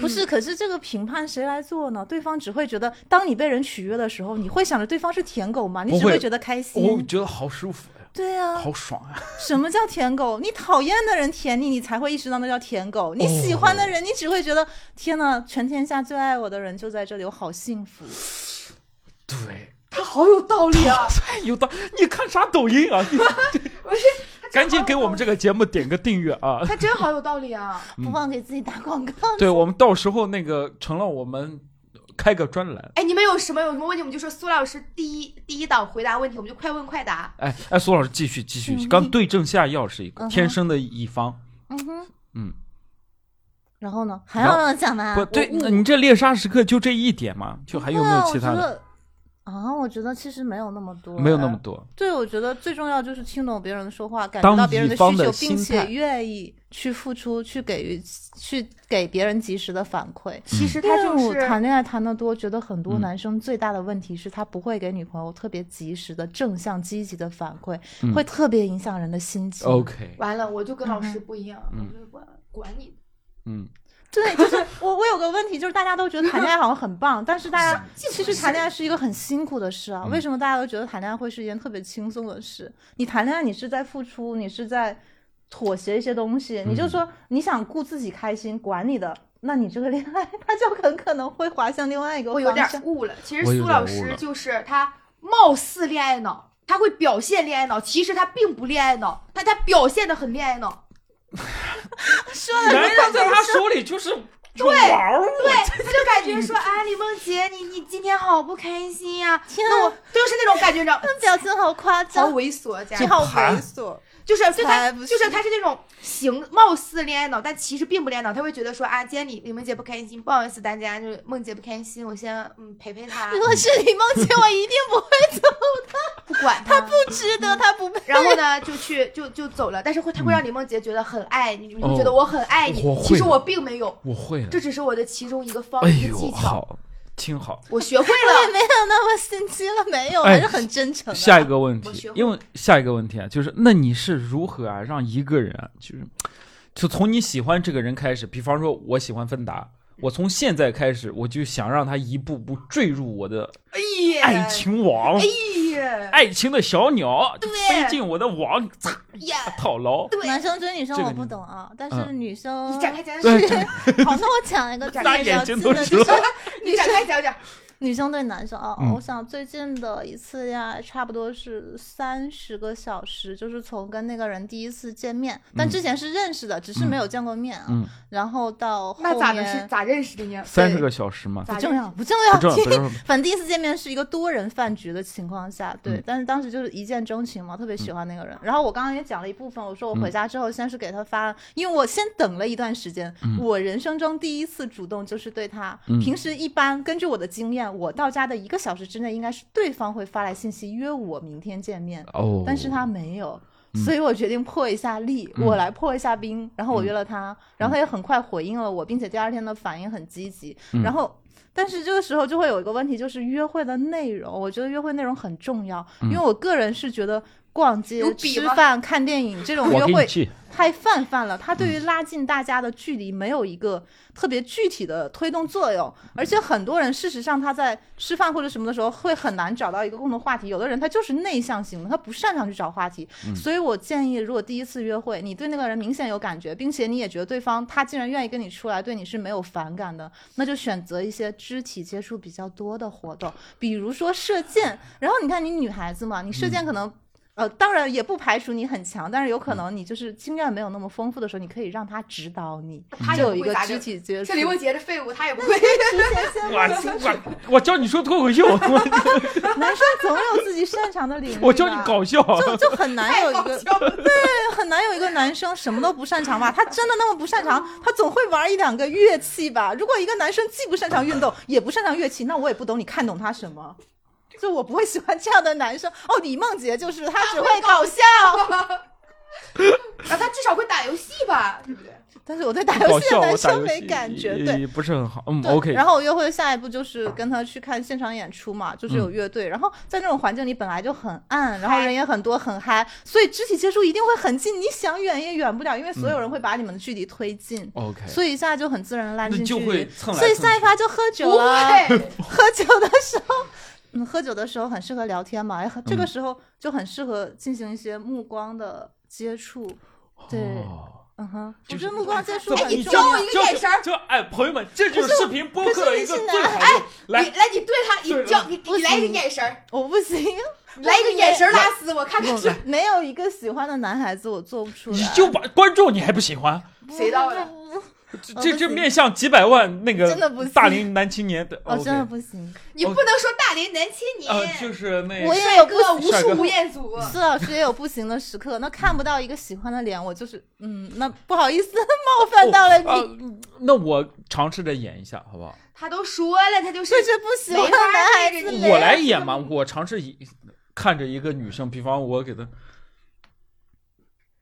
A: 不
B: 嗯
A: 是。可是这个评判谁来做呢？对方只会觉得，当你被人取悦的时候，你会想着对方是舔狗吗？你
B: 不
A: 只
B: 会
A: 会觉得开
B: 我
A: 心。
B: 觉得好舒服呀，
A: 对呀、
B: 好爽啊！
A: 什么叫舔狗？你讨厌的人舔你，你才会意识到那叫舔狗；你喜欢
B: 哦
A: 的人，你只会觉得天哪，全天下最爱我的人就在这里，我好幸福。
B: 对，
C: 他好有道理 啊！
B: 太有道，你看啥抖音啊？ 你
C: 我是
B: 赶紧给我们这个节目点个订阅啊！
C: 他真好有道理啊！
B: 嗯
A: 不忘给自己打广告。
B: 对，我们到时候那个成了，我们开个专栏。
C: 哎，你们有什么有什么问题，我们就说苏老师第一第一档回答问题，我们就快问快答。
B: 哎哎，苏老师继续继续，刚对症下药是一
A: 嗯
B: 个
A: 嗯哼
B: 天生的乙方，
A: 嗯哼，
B: 嗯。
A: 然后呢？还
B: 然
A: 要
B: 后
A: 让我讲吗？
B: 不
A: 我
B: 对，
A: 我
B: 你这猎杀时刻就这一点嘛？就还有没有其他
A: 对啊我觉
B: 的？
A: 得啊，我觉得其实没有那么多，
B: 没有那么。多。
A: 对，我觉得最重要就是听懂别人的说话，感
B: 当
A: 觉到别人
B: 乙
A: 的
B: 方
A: 需
B: 的
A: 求，
B: 心
A: 并且
B: 态
A: 愿意去付出，去给予，去给别人及时的反馈。
C: 其实他
B: 哎
A: 他就
C: 就是是
A: 谈恋爱谈得多，觉得很多
B: 嗯
A: 男生最大的问题是他不会给女朋友特别及时的正向积极的反馈，
B: 嗯
A: 会特别影
B: 哦
A: 响人的心情。
B: OK，
C: 完了，我就跟老师不一样，我就管管你。
B: 嗯，
A: 对，就是我我有个问题，就是大家都觉得谈恋爱好像很棒，但是大家其实谈恋爱是一个很辛苦的事
E: 嗯
A: 啊。为什么大家都觉得谈恋爱会是一件特别轻松的事？你谈恋爱，你是在付出，你是在妥协一些东西。
E: 嗯
A: 你就说你想顾自己开心，管你的，那你这个恋爱它就很可能会滑向另外一个
C: 我有
A: 方
C: 点
A: 向。
C: 悟了。其实
E: 我有
C: 苏
E: 点
C: 老
E: 悟
C: 师
E: 了
C: 就是他貌似恋爱脑，他会表现恋爱脑，其实他并不恋爱脑，但他表现的很恋爱脑。
A: 说的
H: 男人在他手里就是就玩儿
C: 对，他就感觉说，哎，李梦洁，你你今天好不开心呀、
A: 天
C: 那我
A: 啊，
C: 就是那种感觉， 你知道吗，
A: 那表情好夸
C: 好
A: 张，
C: 猥琐，啊家
A: 你
C: 伙
A: 好猥琐。
C: 就是就他
A: 才不
C: 就是
A: 是
C: 他是那种形貌似恋爱脑，但其实并不恋爱脑，他会觉得说啊，今天李李梦洁不开心，不好意思大家，就是梦洁不开心，我先嗯陪陪她
A: 如，果是李梦洁，我一定不会走，
C: 不管她。
A: 不值得，他不配。
C: 然后呢，就去就就走了，但是会他会让李梦洁觉得很爱你，你会觉得我很爱你
E: 我，
C: 其实
E: 会
C: 嗯我并没有，
E: 我会了。
C: 这只是我的其中一个方
E: 哎
C: 式
E: 呦
C: 技，巧，
E: 好，听好。
C: 我学会
A: 我也
C: 了。
A: 没有那么心机了，没有，
E: 哎
A: 还是很真诚的。
E: 下一个问
C: 我
E: 题
C: 学，会
E: 因为下一个问题啊，就是那你是如何啊让一个人啊，就是就从你喜欢这个人开始，比方说我喜欢芬达，我从现在开始我就想让他一步步坠入我的
C: 哎呀，
E: 爱，情网，
C: 哎呀，
E: 爱情的小鸟就
C: 对
E: 飞进我的网，嚓
C: 哎呀，
E: 套牢。
C: 对，
A: 男生追女生
E: 这个
A: 我
E: 你嗯
A: 不懂啊，但是女生
C: 你展开讲讲，
E: 对，这
A: 好，那我讲一个
C: 大
A: 比较
E: 眼
A: 近
E: 睛
A: 的，
E: 都
A: 就是
C: 你展开讲讲，
A: 女生对男生哦，
E: 嗯
A: 我想最近的一次恋爱差不多是三十个小时，就是从跟那个人第一次见面，但之前是认识的，只是没有见过面啊，
E: 嗯
A: 然后到后
C: 那咋的是
A: 面
C: 咋认识的呢？
E: 三十个小时嘛，
C: 咋
A: 不重
C: 认识
A: 要，不重
E: 不
A: 要，
E: 重要，不重要。
A: 反正第一次见面是一个多人饭局的情况下，对，
E: 嗯
A: 但是当时就是一见钟情嘛，特别喜欢那个人。然后我刚刚也讲了一部分，我说我回家之后先是给他发，因为我先等了一段时间。我人生中第一次主动就是对他，
E: 嗯
A: 平时一般根据我的经验，我到家的一个小时之内，应该是对方会发来信息约我明天见面，
E: 哦，嗯
A: 但是他没有。所以我决定破一下例，我来破一下冰，然
E: 嗯
A: 后我约了他，然后他也很快回应了我，并且第二天的反应很积极。
E: 嗯
A: 然后，但是这个时候就会有一个问题，就是约会的内容，我觉得约会内容很重要，
E: 嗯
A: 因为我个人是觉得逛街
C: 有、比
A: 吃
C: 吗
A: 饭、看电影这种约
E: 我给
A: 会
E: 你嗯记，
A: 太泛泛了，它对于拉近大家的距离没有一个特别具体的推动作用，而且很多人事实上他在吃饭或者什么的时候会很难找到一个共同话题，有的人他就是内向型的，他不擅长去找话题，所以我建议，如果第一次约会你对那个人明显有感觉，并且你也觉得对方他竟然愿意跟你出来，对你是没有反感的，那就选择一些肢体接触比较多的活动，比如说射箭。然后你看你女孩子嘛，你射箭可能呃，当然也不排除你很强，但是有可能你就是经验没有那么丰富的时候，你可以让他指导你，
C: 他也
A: 就
C: 不
A: 有一
C: 会
A: 个
C: 咋
A: 肢
C: 整
A: 体接触
C: 这。李梦洁的废物，他也不 会。
H: 我我我教你说脱口秀，我
A: 男生总有自己擅长的领域吧，
H: 我教你搞笑。
A: 就就很难有一
C: 搞
A: 个对，很难有一个男生什么都不擅长吧？他真的那么不擅长？他总会玩一两个乐器吧？如果一个男生既不擅长运动，也不擅长乐器，那我也不懂你看懂他什么。就我不会喜欢这样的男生哦，李梦洁就是他只会搞笑，
C: 然后他至少会打游戏吧，对不对？
A: 但是我对打
E: 搞
A: 游戏
E: 笑，
A: 的男
E: 我打
A: 生
E: 游
A: 没
E: 戏
A: 感觉，
E: 也
A: 对，
E: 也不是很好。嗯
A: 对
E: ，OK。
A: 然后我约会下一步就是跟他去看现场演出嘛，就是有乐队，然后在那种环境里本来就很暗，然后人也很多，很嗨，所以肢体接触一定会很近，你想远也远不了，因为所有人会把你们的距离推进。
E: OK，
A: 所以一下就很自然的拉
B: 那
A: 近距
B: 就会
A: 离，
B: 蹭来
A: 所以
B: 蹭
A: 下一趴就喝
C: 不
A: 酒了。
C: 会，
A: 喝酒的时候，嗯，喝酒的时候很适合聊天嘛，哎这
B: 嗯
A: 个时候就很适合进行一些目光的接触。
B: 哦
A: 对，嗯哼，我觉得目光接触
C: 哎，你
A: 很重
C: 教我
A: 要。
C: 一个眼神儿，
B: 就哎，朋友们，这就是视频播客的一个
A: 可是
B: 最好的。
C: 你
B: 来，
C: 来，你对他，你
B: 对
C: 教你，
A: 不
C: 你来一个
A: 行
C: 眼神儿，
A: 我不行。
C: 你 来一个眼神儿拉丝，我看看是
A: 没有一个喜欢的男孩子，我做不出来。
B: 你就把观众你还不喜欢？
C: 谁到的。
A: 哦
B: 这
A: 不
B: 这这
A: 行
B: 面向几百万那个
A: 真的不行
B: 大龄男青年的，
A: 哦，真的
B: OK
A: 不行。
C: 你不能说大龄男青年，
B: 呃，就是那
A: 我也
C: 帅
A: 有不
C: 哥无
B: 帅哥
C: 数吴彦祖，
A: 司老师也有不行的时刻，那看不到一个喜欢的脸，我就是嗯，那不好意思 冒犯到了你，
B: 哦啊那我尝试着演一下，好不好？
C: 他都说了，他就是
A: 就是不喜欢
C: 没
A: 的
C: 法
A: 男孩
C: 对
A: 子
C: 着你
A: 脸。
B: 我来演嘛，我尝试一看着一个女生，比方我给她，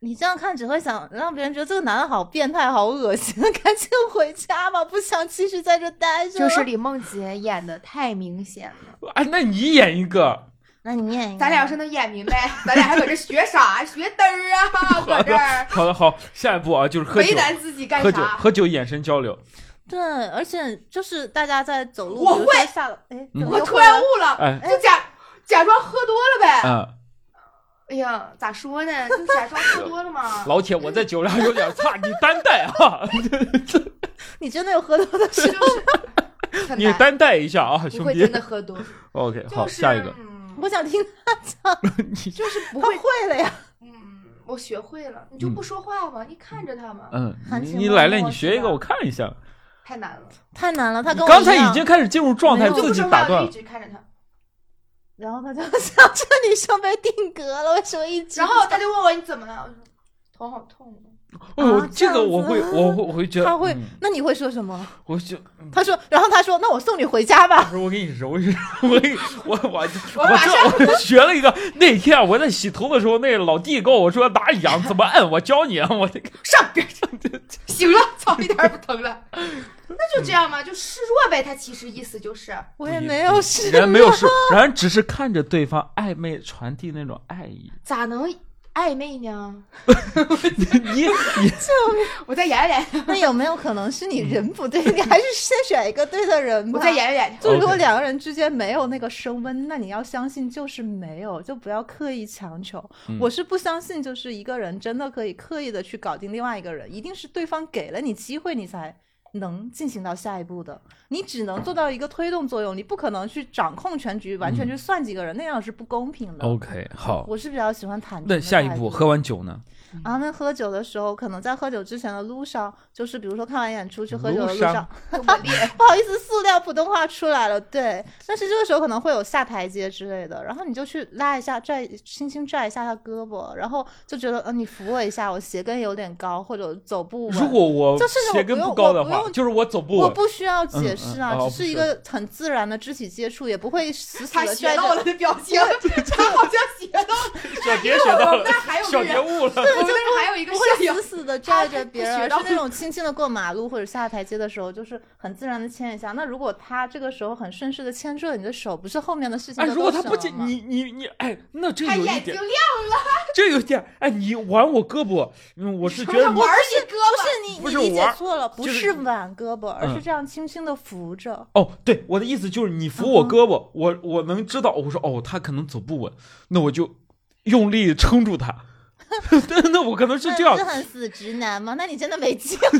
A: 你这样看只会想让别人觉得这个男的好变态、好恶心， 赶紧回家吧，不想继续在这待着了。
C: 李梦洁演的太明显了。
B: 哎，那你演一个，
A: 那你念一个。
C: 咱俩要是能演明白，咱俩还搁这学啥？学嘚儿 啊，搁这儿
B: 好的，好，下一步啊，就是喝
C: 为
B: 酒，
C: 难自己干
B: 喝酒，
C: 啥？
B: 喝酒，眼神交流。
A: 对，而且就是大家在走路，
C: 我
A: 比如说下了，哎，
B: 嗯
A: 怎么
C: 我
A: 又
C: 突
A: 会
C: 然
A: 了
C: 悟了，
B: 哎，
C: 就假假装喝多了呗。
E: 啊
B: 嗯，
C: 哎呀，咋说呢？就假装喝多了嘛。
B: 老铁，我在酒量有点差，你担待啊，
A: 你真的有喝多的时
C: 就
A: 候，
C: 是很
B: 你
C: 难，
B: 担待一下啊，
C: 不
B: 兄
C: 会
B: 弟
C: 真。的喝多。
B: OK，
C: 就是
B: 好，下一个，
C: 嗯
A: 我想听他 讲，
C: 就是不
A: 他
C: 会，
A: 会了呀。
C: 嗯，我学会了，你就不说话嘛，你看着他嘛，
B: 嗯，
A: 含
B: 你
A: 情
B: 你
A: 脉
B: 来了，
A: 脉
B: 你
A: 是
B: 学一个，
A: 吧
B: 我看一下。
C: 太难了。
A: 太难了，他
B: 你
A: 跟我
B: 刚
A: 一
B: 才已
A: 样
B: 经开始进入状
A: 没
B: 态，
A: 有
C: 就
B: 自
C: 不
B: 己
C: 说
B: 打
C: 话，我
B: 断
C: 就一
B: 了。
C: 直看着他。
A: 然后他就 想这女生被定格了，为什么一直？
C: 然后他就问我你怎么了，我说头好痛。
B: 哎呦，
A: 啊这
B: 这个
A: 样
B: 我
A: 子
B: 会，我会，我会觉得
A: 他会
B: 嗯，
A: 那你会说什么？
B: 我就嗯
A: 他说，然后他说，那我送你回家吧。
B: 不是，我跟你说，我跟你说 我跟你我我
C: 我马上
B: 这我学了一个。那天啊我在洗头的时候，那老弟跟我说哪里痒，怎么按，我教你啊。我这个
C: 上边去，行了，操，一点儿也不疼 了。那就这样嘛，就示弱呗。他其实意思就是，
A: 我也没有事，
B: 人没有说，人只是看着对方暧昧传递那种爱意。
C: 咋能暧昧 呢？
B: 你你
C: 我再演演，
A: 那有没有可能是
B: 嗯
A: 你人不对？你还是先选一个对的人吧。
C: 我再。演演。
A: 就如果
B: OK
A: 两个人之间没有那个升温，那你要相信就是没有，就不要刻意强求。
B: 嗯
A: 我是不相信，就是一个人真的可以刻意的去搞定另外一个人，一定是对方给了你机会，你才能进行到下一步的。你只能做到一个推动作用，你不可能去掌控全局，完
B: 嗯
A: 全去算计一个人，那样是不公平的。
B: OK 好，
A: 我是比较喜欢坦诚的态
B: 哦那
A: 度。
B: 下一步喝完酒呢？
A: 然后那喝酒的时候，可能在喝酒之前的路上，就是比如说看完演出去喝酒的
B: 路
A: 路
B: 上
A: 上，
C: 我练，
A: 不好意思，塑料普通话出来了，对。但是这个时候可能会有下台阶之类的，然后你就去拉一下，拽，轻轻拽一下他胳膊，然后就觉得，嗯、你扶我一下，我鞋跟有点高，或者走不稳。
B: 如果我
A: 就是我
B: 鞋跟
A: 不用
B: 不高的
A: 我不
B: 话，
A: 用
B: 就是我走不
A: 我
B: 稳。
A: 不需要解释啊，
B: 嗯嗯哦
A: 只是一个很自然的肢体接触，也不会死死
C: 他
A: 的
C: 学
A: 拽着
C: 到了的表情，他好像学到了。
B: 小杰学到
C: 我们
B: 了
C: 那，儿还有
B: 小
C: 个
B: 杰
C: 人，
B: 悟了。
C: 我们那儿还 有一个
A: 不
C: 校
A: 会
C: 友
A: 死，死的拽着别人，
C: 他不学
A: 而
C: 到
A: 是那种轻轻的过马路或者下台阶的时候，就是很自然的牵一下。那如果他这个时候很顺势的牵住了你的手，不是后面的事情
C: 啊
B: 哎，
A: 就
B: 如果
A: 都
B: 他
A: 省
B: 不
A: 了
B: 接
A: 吗？
B: 你，你你，哎，那这
C: 他
B: 有一
C: 眼睛
B: 点，
C: 亮，
B: 这有一点，哎，你挽我胳膊，嗯，我是觉
C: 他
B: 得你
C: 玩儿你胳
A: 不
C: 膊，
A: 是你，
B: 不
A: 你
B: 是
A: 理
B: 我
A: 解错了，不
B: 就是
A: 是挽胳膊，而
B: 嗯
A: 是这样轻轻的扶着。
B: 哦，对，我的意思就是你扶
C: 嗯
B: 我胳膊，我我能知道，我说哦，他可能走不稳，那我就用力撑住他。 那那我可能是
A: 那
B: 这
A: 不是
B: 样，
A: 很死直男吗？那你真的没 机会。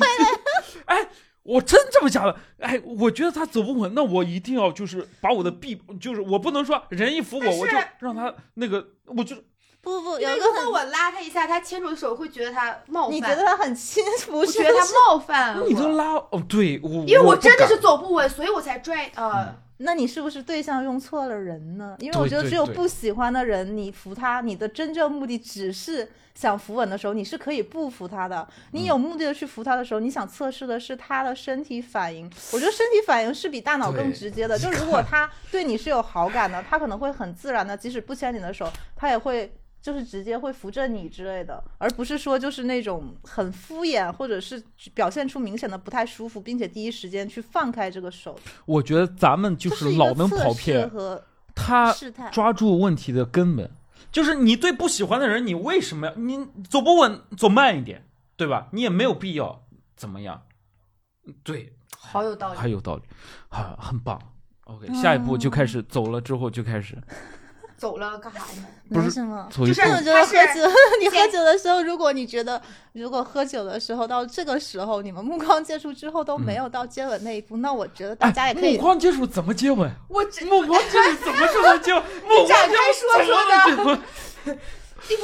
B: 我真这么想的。哎，我觉得他走不稳，那我一定要就是把我的臂，就是我不能说人一扶我
C: 但是
B: 我就让他那个，我就
A: 不不，
C: 因
A: 有
C: 为
A: 一
C: 如
A: 个
C: 果
A: 很，
C: 我拉他一下，他牵住手会觉得他冒犯，
A: 你觉得他很轻
C: 我
A: 浮，
C: 觉得他
A: 是
C: 冒犯我
B: 你都拉哦，对我，
C: 因为
B: 我
C: 我
B: 不
C: 真的
B: 敢
C: 是走不稳，所以我才拽呃，
A: 那你是不是对象用错了人呢？因为
B: 对
A: 我觉得
B: 对
A: 只有
B: 对
A: 不喜欢的人，你扶他，你的真正目的只是想扶稳的时候，你是可以不扶他的。你
B: 嗯
A: 有目的的去扶他的时候，你想测试的是他的身体反应。我觉得身体反应是比大脑更
B: 对
A: 直接的。就如果他对你是有好感的，他可能会很自然的，即使不牵你的手，他也会。就是直接会扶着你之类的，而不是说就是那种很敷衍，或者是表现出明显的不太舒服，并且第一时间去放开这个手。
B: 我觉得咱们就
A: 这
B: 是
A: 一个
B: 老能
A: 测
B: 跑
A: 试
B: 偏，
A: 和
B: 他
A: 试探。
B: 抓住问题的根本，就是你对不喜欢的人，你为什么要你走不稳，走慢一点，对吧？你也没有必要怎么样，对，
C: 好有道理。
B: 还有道理，很很棒。OK，下一步就开
A: 嗯
B: 始走了之后就开始
C: 走了干啥呢？
B: 不
A: 没
B: 是
A: 什么。
B: 走一步
C: 就是，
A: 但我觉得
C: 他
A: 喝酒， 你喝
C: 先
A: 酒的时候，如果你觉得，如果喝酒的时候到这个时候，你们目光接触之后都没有到接吻那一步，那我觉得大家也可
B: 嗯哎目
A: 以。
B: 光接触怎么接 吻？
C: 我这
B: 目光接触怎么就能接吻？目
C: 展开说说呢？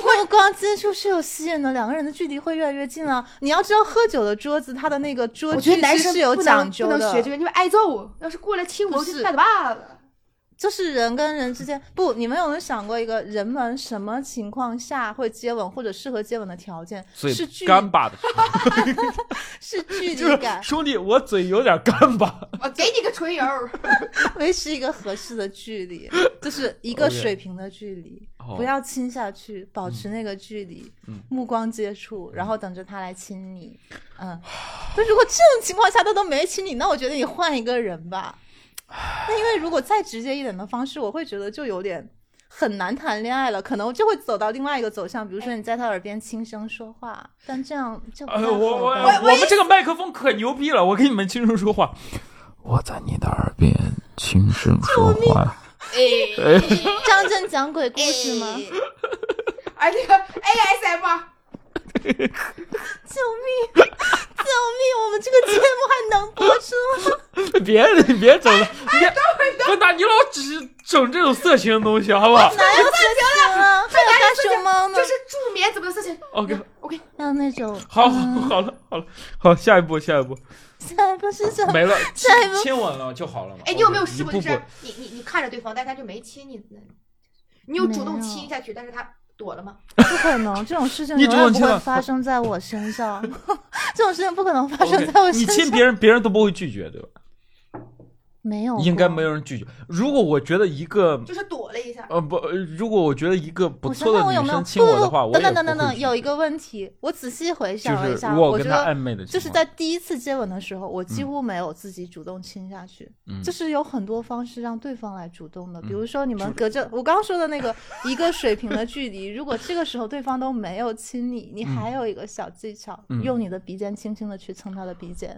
B: 光
A: 目光接触是有吸引的，两个人的距离会越来越近啊。你要知道，喝酒的桌子，它的那个桌
C: 我
A: 距
C: 觉得男
A: 其
C: 生
A: 实是有
C: 不
A: 讲
C: 能
A: 究
C: 不
A: 的。
C: 能学这个，你们挨揍。要是过来亲我，
A: 不
C: 我
A: 是
C: 就踹他爸了。
A: 就是人跟人之间，不，你们有没有想过一个人们什么情况下会接吻或者适合接吻的条件？
B: 嘴
A: 是距
B: 干巴的，
A: 是距
B: 就
A: 离
B: 是
A: 感，
B: 兄弟，我嘴有点干 巴。
C: 我给你个唇油。
A: 维持一个合适的距离，就是一个
B: OK
A: 水平的距离
B: 哦
A: 不要亲下去，保持那个距离，
B: 嗯
A: 目光接触，然后等着他来亲你。 嗯，但如果这种情况下他都没亲你，那我觉得你换一个人吧。那因为如果再直接一点的方式，我会觉得就有点很难谈恋爱了，可能就会走到另外一个走向，比如说你在他耳边轻声说话，但这样就不太
B: 哎
E: 呃，我我
A: 好吧
E: 我们这个麦克风可牛逼了，我给你们轻声说 话。我在你的耳边轻声说话。
C: 哎
B: 哎
A: 张震讲鬼故事吗？
C: 而且 ASMR
A: 救命！救命！我们这个节目还能播出吗？
E: 别别整了，别芬达，你老只整这种色情的东西，好不好
A: 哪有色情啊？还有大熊猫呢
C: 这，是助眠怎么个事情？
E: ？OK，
A: 还有那种
E: 好，好了，好了，好，下一步，下一 步，
A: 下一步是什么？
E: 没了。
A: 下一步
B: 亲吻了就好了嘛。
C: 哎，你有没有试
E: 一
C: 过
E: 步
C: 就是你你你看着对方，但他就没亲你，你有主动亲下去，但是他躲了吗？
A: 不可能，这种事情
E: 你
A: 永远不
E: 主动亲
A: 会
E: 了
A: 发生在我身上。这种事情不可能发生在我身上。
B: 你亲别人，别人都不会拒绝，对吧？
A: 没有？
B: 应该没。有人拒绝。如果我觉得一个
C: 就是躲了一下，
B: 呃不，呃如果我觉得一个不
A: 我
B: 错
A: 身上
B: 的
A: 我有
B: 女
A: 没有？
B: 生亲我的话，
A: 不不
B: 我
A: 不，
B: 也
A: 等
B: 不
A: 等
B: 会
A: 等等，
B: 拒
A: 有
B: 绝
A: 一个问题，我仔细回想了一
B: 就是
A: 下，
B: 如果
A: 我觉
B: 跟他暧
A: 得
B: 昧的情况，
A: 就是在第一次接吻的时候，我几乎没有自己主动亲下去，
B: 嗯
A: 就是有很多方式让对方来主动的，比
B: 嗯
A: 如说你们隔着我刚刚说的那个一个水平的距离， 如果这个时候对方都没有亲你，你还有一个小技巧，
B: 嗯
A: 用你的鼻尖轻轻的去蹭他的鼻尖。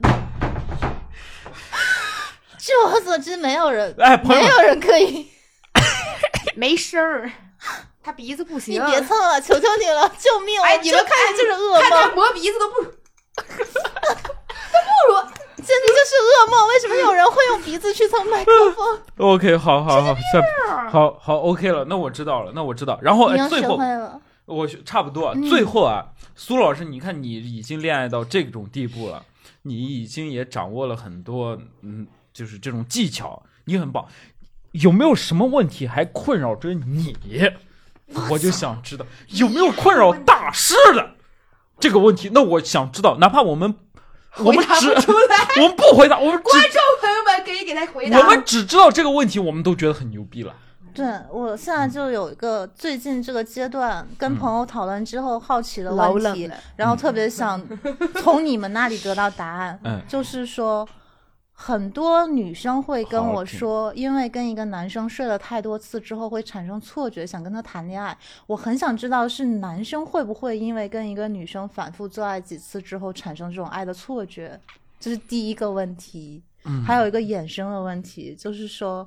A: 据我所知，没有人，
B: 哎朋友
A: 没
B: 们
A: 有人可以，
C: 没声儿，他鼻子不
A: 你
C: 行。
A: 别蹭了，求求你了，救命！
C: 哎
A: 我
C: 你们
A: 这看着就是
C: 看
A: 噩梦
C: 他。磨鼻子都不如，
A: 真的就是噩梦。为什么有人会用鼻子去蹭麦克风？
B: OK，好好好，下好好 OK 了，那我知道了，那我知道。然后、
A: 你
B: 哎、
A: 又
B: 最
A: 学
B: 后
A: 会了，
B: 我学差不多啊，
A: 嗯
B: 最后啊，苏老师，你看你已经恋爱到这种地步了，你已经也掌握了很多嗯，就是这种技巧，你很棒。有没有什么问题还困扰着你？我就想知道有没有困扰大师的这个问题。那我想知道，哪怕我们我们
C: 回答
B: 只
C: 不出来。
B: 我们不回答，我们只
C: 观众朋友们可以给他回答。
B: 我们只知道这个问题，我们都觉得很牛逼了。
A: 对我现
B: 嗯
A: 在就有一个最近这个阶段跟朋友讨论之后好奇的
C: 老
A: 问
C: 冷
A: 题
C: 了，
A: 然后特别想从你们那里得到答案，
B: 嗯
A: 就是说。很多女生会跟
B: 好
A: 我
B: 听
A: 说，因为跟一个男生睡了太多次之后会产生错觉，想跟他谈恋爱。我很想知道是男生会不会因为跟一个女生反复做爱几次之后产生这种爱的错觉，这是第一个问题。
B: 嗯
A: 还有一个衍生的问题，就是说，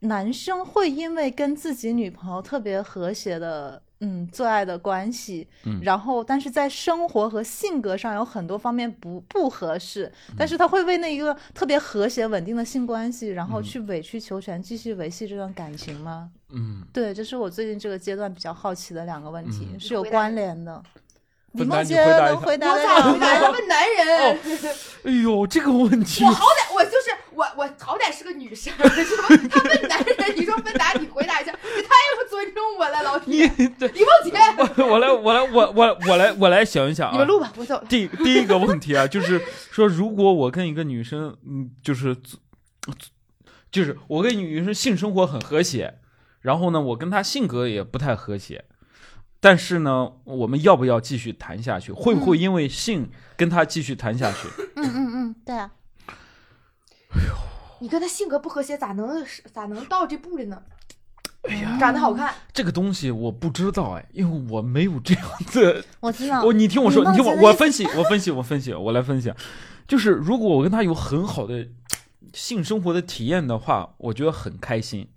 A: 男生会因为跟自己女朋友特别和谐的，嗯，做爱的关系，
B: 嗯
A: 然后但是在生活和性格上有很多方面不不合适，
B: 嗯
A: 但是他会为那一个特别和谐稳定的性关系，然后去委曲求全，继续维系这段感情吗？
B: 嗯，
A: 对，这是我最近这个阶段比较好奇的两个问题，
B: 嗯
A: 是有
C: 回答
A: 关联的。李
B: 笨蛋
A: 梦
B: 你
A: 洁
B: 回答
A: 能
B: 一下
A: 回答得
C: 我咋回
A: 了
C: 答他
A: 吗？
C: 们男人？
B: 哎呦，这个问题
C: 我好歹我就是我我好歹是个女生，什么他们男人？你说芬达，你回答一下，你太不尊重我了，老铁。李梦 洁，
B: 我来，我来，我我我来，我来想一想
C: 你们
B: 啊。
C: 录吧，我走了。
B: 第第一个问题啊，就是说，如果我跟一个女生，嗯，就是，就是我跟女生性生活很和谐，然后呢，我跟她性格也不太和谐，但是呢，我们要不要继续谈下去？会不会因为性跟她继续谈下去？
A: 嗯嗯嗯，对啊，
C: 你跟他性格不和谐，咋能咋能到这步的呢？
B: 哎
C: 长得好看，
B: 这个东西我不知道哎，因为我没有这样的
A: 我知道。
B: 我哦你听我说，
A: 啊你
B: 你听我
A: 忘记了
B: 我
A: 一
B: 分析，我分析，我分析，我来分析。啊就是如果我跟他有很好的性生活的体验的话，我觉得很开心。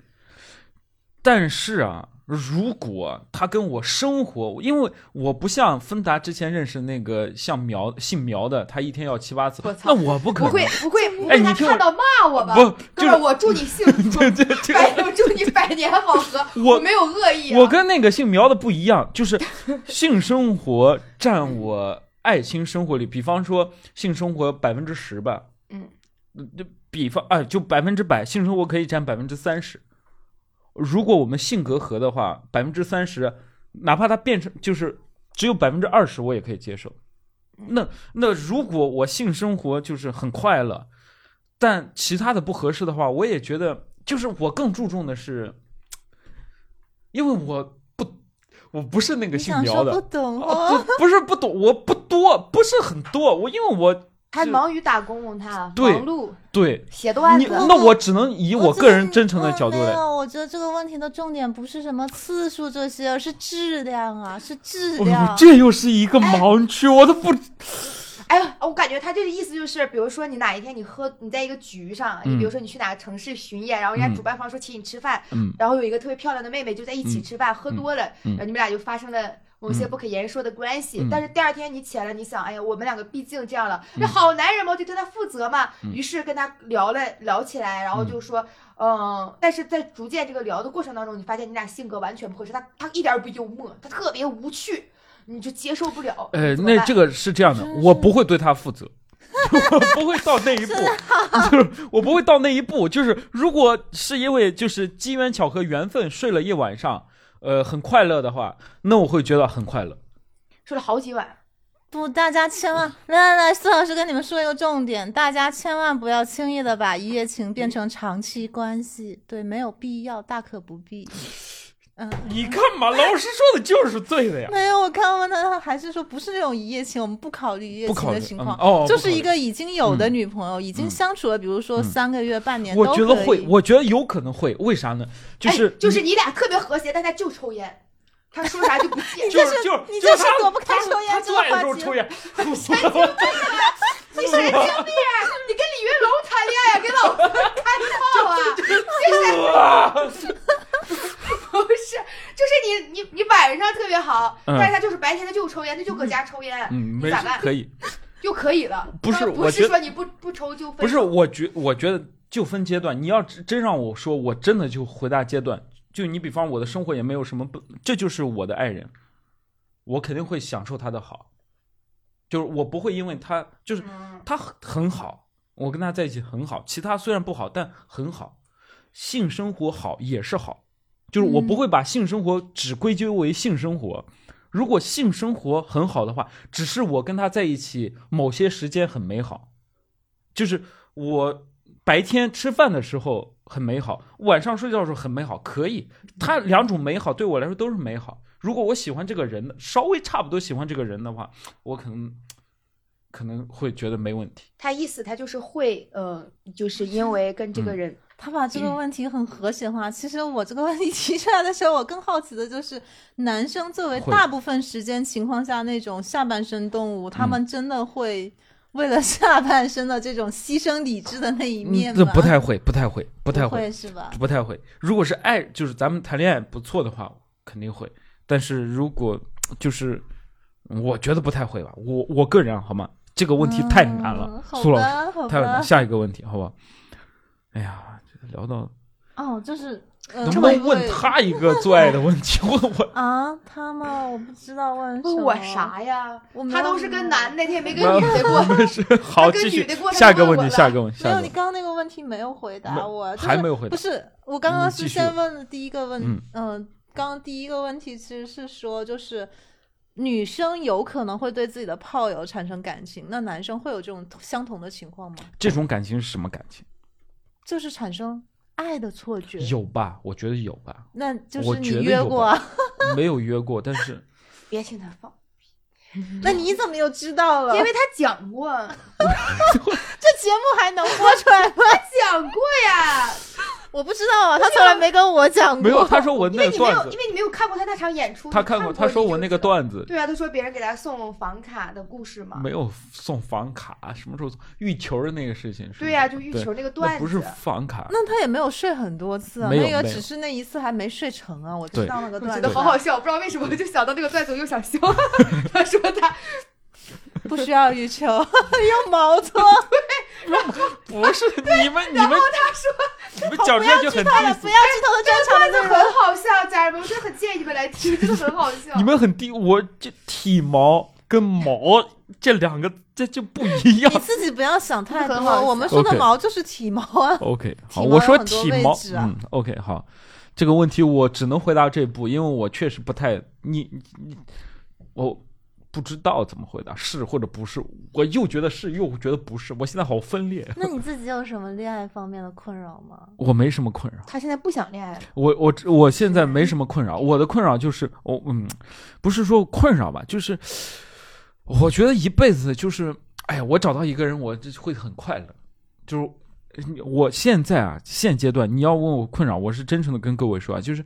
B: 但是啊，如果他跟我生活，因为我不像芬达之前认识那个像苗姓苗的，他一天要七八次
C: 我，操
B: 那我不可
C: 不
B: 能。
C: 会 不会不
B: 哎
C: 会，
B: 你
C: 他
B: 听我
C: 看到骂我吧？
B: 不
C: 哥
B: 就是
C: 们儿，我祝你幸福，
B: 对对 对，
C: 百我祝你百年好合。
B: 我
C: 没有恶意啊，
B: 我跟那个姓苗的不一样，就是性生活占我爱情生活里，比方说性生活百分之十吧，
C: 嗯
B: 嗯，就比方啊，就百分之百，性生活可以占百分之三十。如果我们性格合的话，百分之三十，哪怕它变成就是只有百分之二十，我也可以接受。那那如果我性生活就是很快乐，但其他的不合适的话，我也觉得就是我更注重的是，因为我不我不是那个
A: 你
B: 姓
A: 想
B: 苗
A: 说
B: 的
A: 不，懂
B: 啊
A: 哦，
B: 不不是不懂，我不多，不是很多。我因为我
C: 还忙于打工，他
E: 对
C: 忙碌
E: 对，
C: 写段
E: 你
C: 子，
E: 那我只能以我
A: 觉
E: 个
A: 得
E: 人
A: 你
E: 真诚的
A: 嗯
E: 角度
A: 没
E: 来，
A: 有，我觉得这个问题的重点不是什么次数这些，而是质量啊，是质
E: 哦
A: 量。
E: 这又是一个盲区，我都不
C: 哎呀，我感觉他这个意思就是，比如说你哪一天你喝，你在一个局上，你比如说你去哪个城市巡演，然后人家主办方说请你吃饭，
E: 嗯
C: 然后有一个特别漂亮的妹妹就在一起吃饭，喝多了，然后你们俩就发生了。某
E: 嗯
C: 些不可言说的关系，但是第二天你起来了，你想，哎呀，我们两个毕竟这样了，
E: 嗯
C: 这好男人嘛，我得对他负责嘛。于是跟他聊了聊起来，然后就说，嗯，但是在逐渐这个聊的过程当中，你发现你俩性格完全不合适，他他一点儿也不幽默，他特别无趣，你就接受不了。
E: 呃，
C: 怎么
E: 那
C: 办
E: 这个是这样的，我不会对他负责， 我不会到那一步，就是我不会到那一步。就是如果是因为就是机缘巧合、缘分睡了一晚上，呃，很快乐的话，那我会觉得很快乐。
C: 说了好几晚，
A: 不，大家千万来来来，四老师跟你们说一个重点，大家千万不要轻易的把一夜情变成长期关系，对，没有必要，大可不必。嗯，
B: 你看嘛，老师说的就是对
E: 啊
B: 的呀。。
A: 没有，我看问他，还是说不是那种一夜情，我们不考虑一夜
E: 不考
A: 情
E: 虑
A: 的情况，
E: 嗯哦不
A: 就是
E: 考虑嗯
A: 一个已经有的女朋友，已经相处了，比如说三个月、半年，
E: 我
A: 都
E: 觉得
A: 可
E: 会
A: 以，
E: 我觉得有可能会，为啥呢？就是、
C: 哎、就是你俩特别和谐，但他就抽烟，他说啥就不接
B: 就是就是
A: 你
B: 就
A: 这
B: 是他
A: 是躲不开抽烟
B: 他
A: 这个
B: 出来的
A: 话
B: 时候
A: 题
B: 抽烟，
C: 你神经病！你跟李云龙谈恋爱，给老子开 炮啊！就是， 不是，就是你你你晚上特别好，
E: 嗯
C: 但是他就是白天他就抽烟，他就搁家抽烟，
E: 嗯， 没
C: 你
E: 事
C: 咋办？
E: 可以，
C: 就可以了。
E: 不是
C: 他
E: 我
C: 不
E: 觉得
C: 是说你不不抽就分
E: 不是
C: 手
E: 我觉我觉得就分阶段，你要真真让我说，我真的就回答阶段。就你比方我的生活也没有什么不，这就是我的爱人，我肯定会享受他的好，就是我不会因为他就是
C: 嗯
E: 他很很好，我跟他在一起很好，其他虽然不好，但很好，性生活好也是好，就是我不会把性生活只归咎为性生活。如果性生活很好的话，只是我跟他在一起某些时间很美好，就是我白天吃饭的时候很美好，晚上睡觉的时候很美好，可以。它两种美好对我来说都是美好。如果我喜欢这个人的，稍微差不多喜欢这个人的话，我可能可能会觉得没问题。
C: 他意思他就是会，呃，就是因为跟这个人
A: 他把这个问题很和谐化。其实我这个问题提出来的时候，我更好奇的就是，男生作为
E: 会
A: 大部分时间情况下那种下半身动物，他
E: 嗯
A: 们真的会为了下半身的这种牺牲理智的那一面吗？
E: 嗯这不太会，不太会，
A: 不
E: 不太
A: 会
E: 会，
A: 是吧？
E: 不太会。如果是爱，就是咱们谈恋爱不错的话，肯定会。但是如果就是，我觉得不太会吧。我我个人啊好吗？这个问题太难了
A: 嗯，好
E: 苏老师。
A: 吧，好
E: 太晚了，
A: 吧。
E: 下一个问题，好吧？哎呀，这聊到
A: 哦，就是呃会
E: 能不
A: 会
E: 能问他一个做爱的问题？ 我我
A: 啊？他吗？我不知道问什
C: 问
A: 么
C: 我？啥呀
A: 我？没有
C: 他都是跟男的，他也没跟
E: 没有
C: 女的过。
E: 没事， 好，
C: 他跟
E: 继
C: 女
E: 续
C: 的过程
E: 下一个
C: 问
E: 问
C: 我
E: 题，
C: 了
E: 下一个问题，
A: 没
E: 下一
A: 有，你
E: 个问题。
A: 刚刚那个问题没有回
E: 没
A: 答我，就是
E: 还没有回答
A: 不是，我刚刚
E: 嗯继
A: 是
E: 续
A: 先问了第一个问，
E: 嗯
A: 嗯、刚刚第一个问题其实是说，就是女生有可能会对自己的炮友产生感情，那男生会有这种相同的情况吗？
E: 这种感情是什么感情？
A: 就是产生爱的错觉，，
E: 有吧？我觉得有吧
A: 那就
E: 我
A: 是你
E: 觉得
A: 约
E: 有
A: 过啊？
E: 没有约过，但是
C: 别听他放，
E: 嗯
A: 那你怎么又知道了？
C: 因为他讲过，
A: 这节目还能播出来吗？
C: 讲过呀，
A: 我不知道啊，他从来没跟我讲过。
E: 没有。他说我
C: 因
E: 那
C: 为
E: 个
C: 你没
E: 段子
C: 有，因，为你没有看过他那场演出。
E: 他
C: 你看
E: 看过，他说
C: 你就
E: 我那个
C: 知道。
E: 段子
C: 对啊，他说别人给他送房卡的故事
A: 啊
C: 嘛
E: 没。有送房卡，什么时候送浴球的那个事情是吗？
C: 对呀、就玉球那个段
E: 那
C: 子，
E: 不是房卡，
A: 那他也没有睡很多次啊，
E: 没有
A: 那个
E: 没有
A: 只是那一次还没睡成啊，我知
E: 对
A: 道那个
C: 我
A: 段
C: 觉
A: 子。
C: 得好好笑，我不知道为什么我就想到那个段子，我又想笑。 他说他
A: 不需要羽球，用毛 搓。
E: 不是 你们你们
C: 他说
E: 你们讲出来就很 diss
A: 不要剧透的正常的
C: 真的
A: 内容。
C: 很好笑，家人们，我真的很建议你们来听，真的很好笑。
E: 你们很低，我这体毛跟毛这两个 这就不一样
A: 你。自己不要想太
C: 很好
A: 多，我们说的
E: OK
A: 毛就是体毛啊。
E: OK，好，
A: 体毛
E: 我说
A: 有很多
E: 体
A: 位
E: 毛，
A: 置啊
E: 嗯，OK，好，这个问题我只能回答这一步，因为我确实不太，你你你，我不知道怎么回答，是或者不是，我又觉得是，又觉得不是，我现在好分裂， 啊
A: 那你自己有什么恋爱方面的困扰吗？
E: 我没什么困扰。
C: 他现在不想恋爱了，
E: 我我我现在没什么困扰，我的困扰就是我、嗯，不是说困扰吧，就是我觉得一辈子就是哎呀，我找到一个人，我这会很快乐。就是我现在啊，现阶段你要问我困扰，我是真诚的跟各位说啊，就是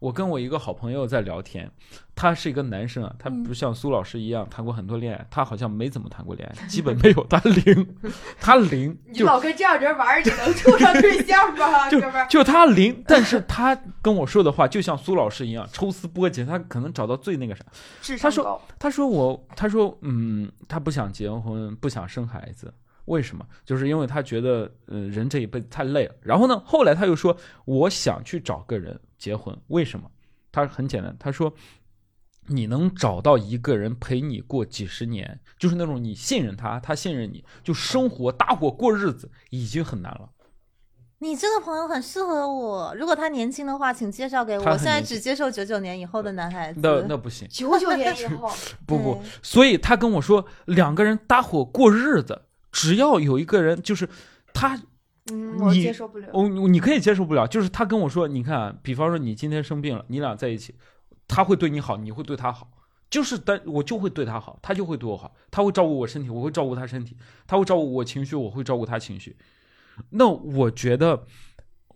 E: 我跟我一个好朋友在聊天，他是一个男生啊，他不像苏老师一样谈过很多恋爱，他好像没怎么谈过恋爱，基本没有，他零，他零，
C: 你
E: 就
C: 老跟这样人玩儿，你 能处上对象吗，哥
E: 就
C: 们儿？
E: 就他零，但是他跟我说的话就像苏老师一样抽丝剥茧，他可能找到最那个啥。
C: 智
E: 他
C: 商
E: 说
C: 高，
E: 他说我，他说嗯，他不想结婚，不想生孩子，为什么？就是因为他觉得，呃，人这一辈子太累了。然后呢，后来他又说，我想去找个人结婚，为什么？他很简单，他说，你能找到一个人陪你过几十年，就是那种你信任他，他信任你，就生活搭伙过日子已经很难了。
A: 你这个朋友很适合我，如果他年轻的话，请介绍给我。
E: 他
A: 我
E: 很
A: 现在
E: 年轻
A: 只接受九九年以后的男孩子。
E: 那那不行，
C: 九九年以后，
E: 不不
A: 对，
E: 所以他跟我说，两个人搭伙过日子，只要有一个人就是。他
C: 嗯，我
E: 你
C: 接受不了。
E: 哦，你可以接受不了，就是他跟我说，你看啊，比方说你今天生病了，你俩在一起，他会对你好，你会对他好，就是但我就会对他好，他就会对我好，他会照顾我身体，我会照顾他身体，他会照顾我情绪，我会照顾他情绪。那我觉得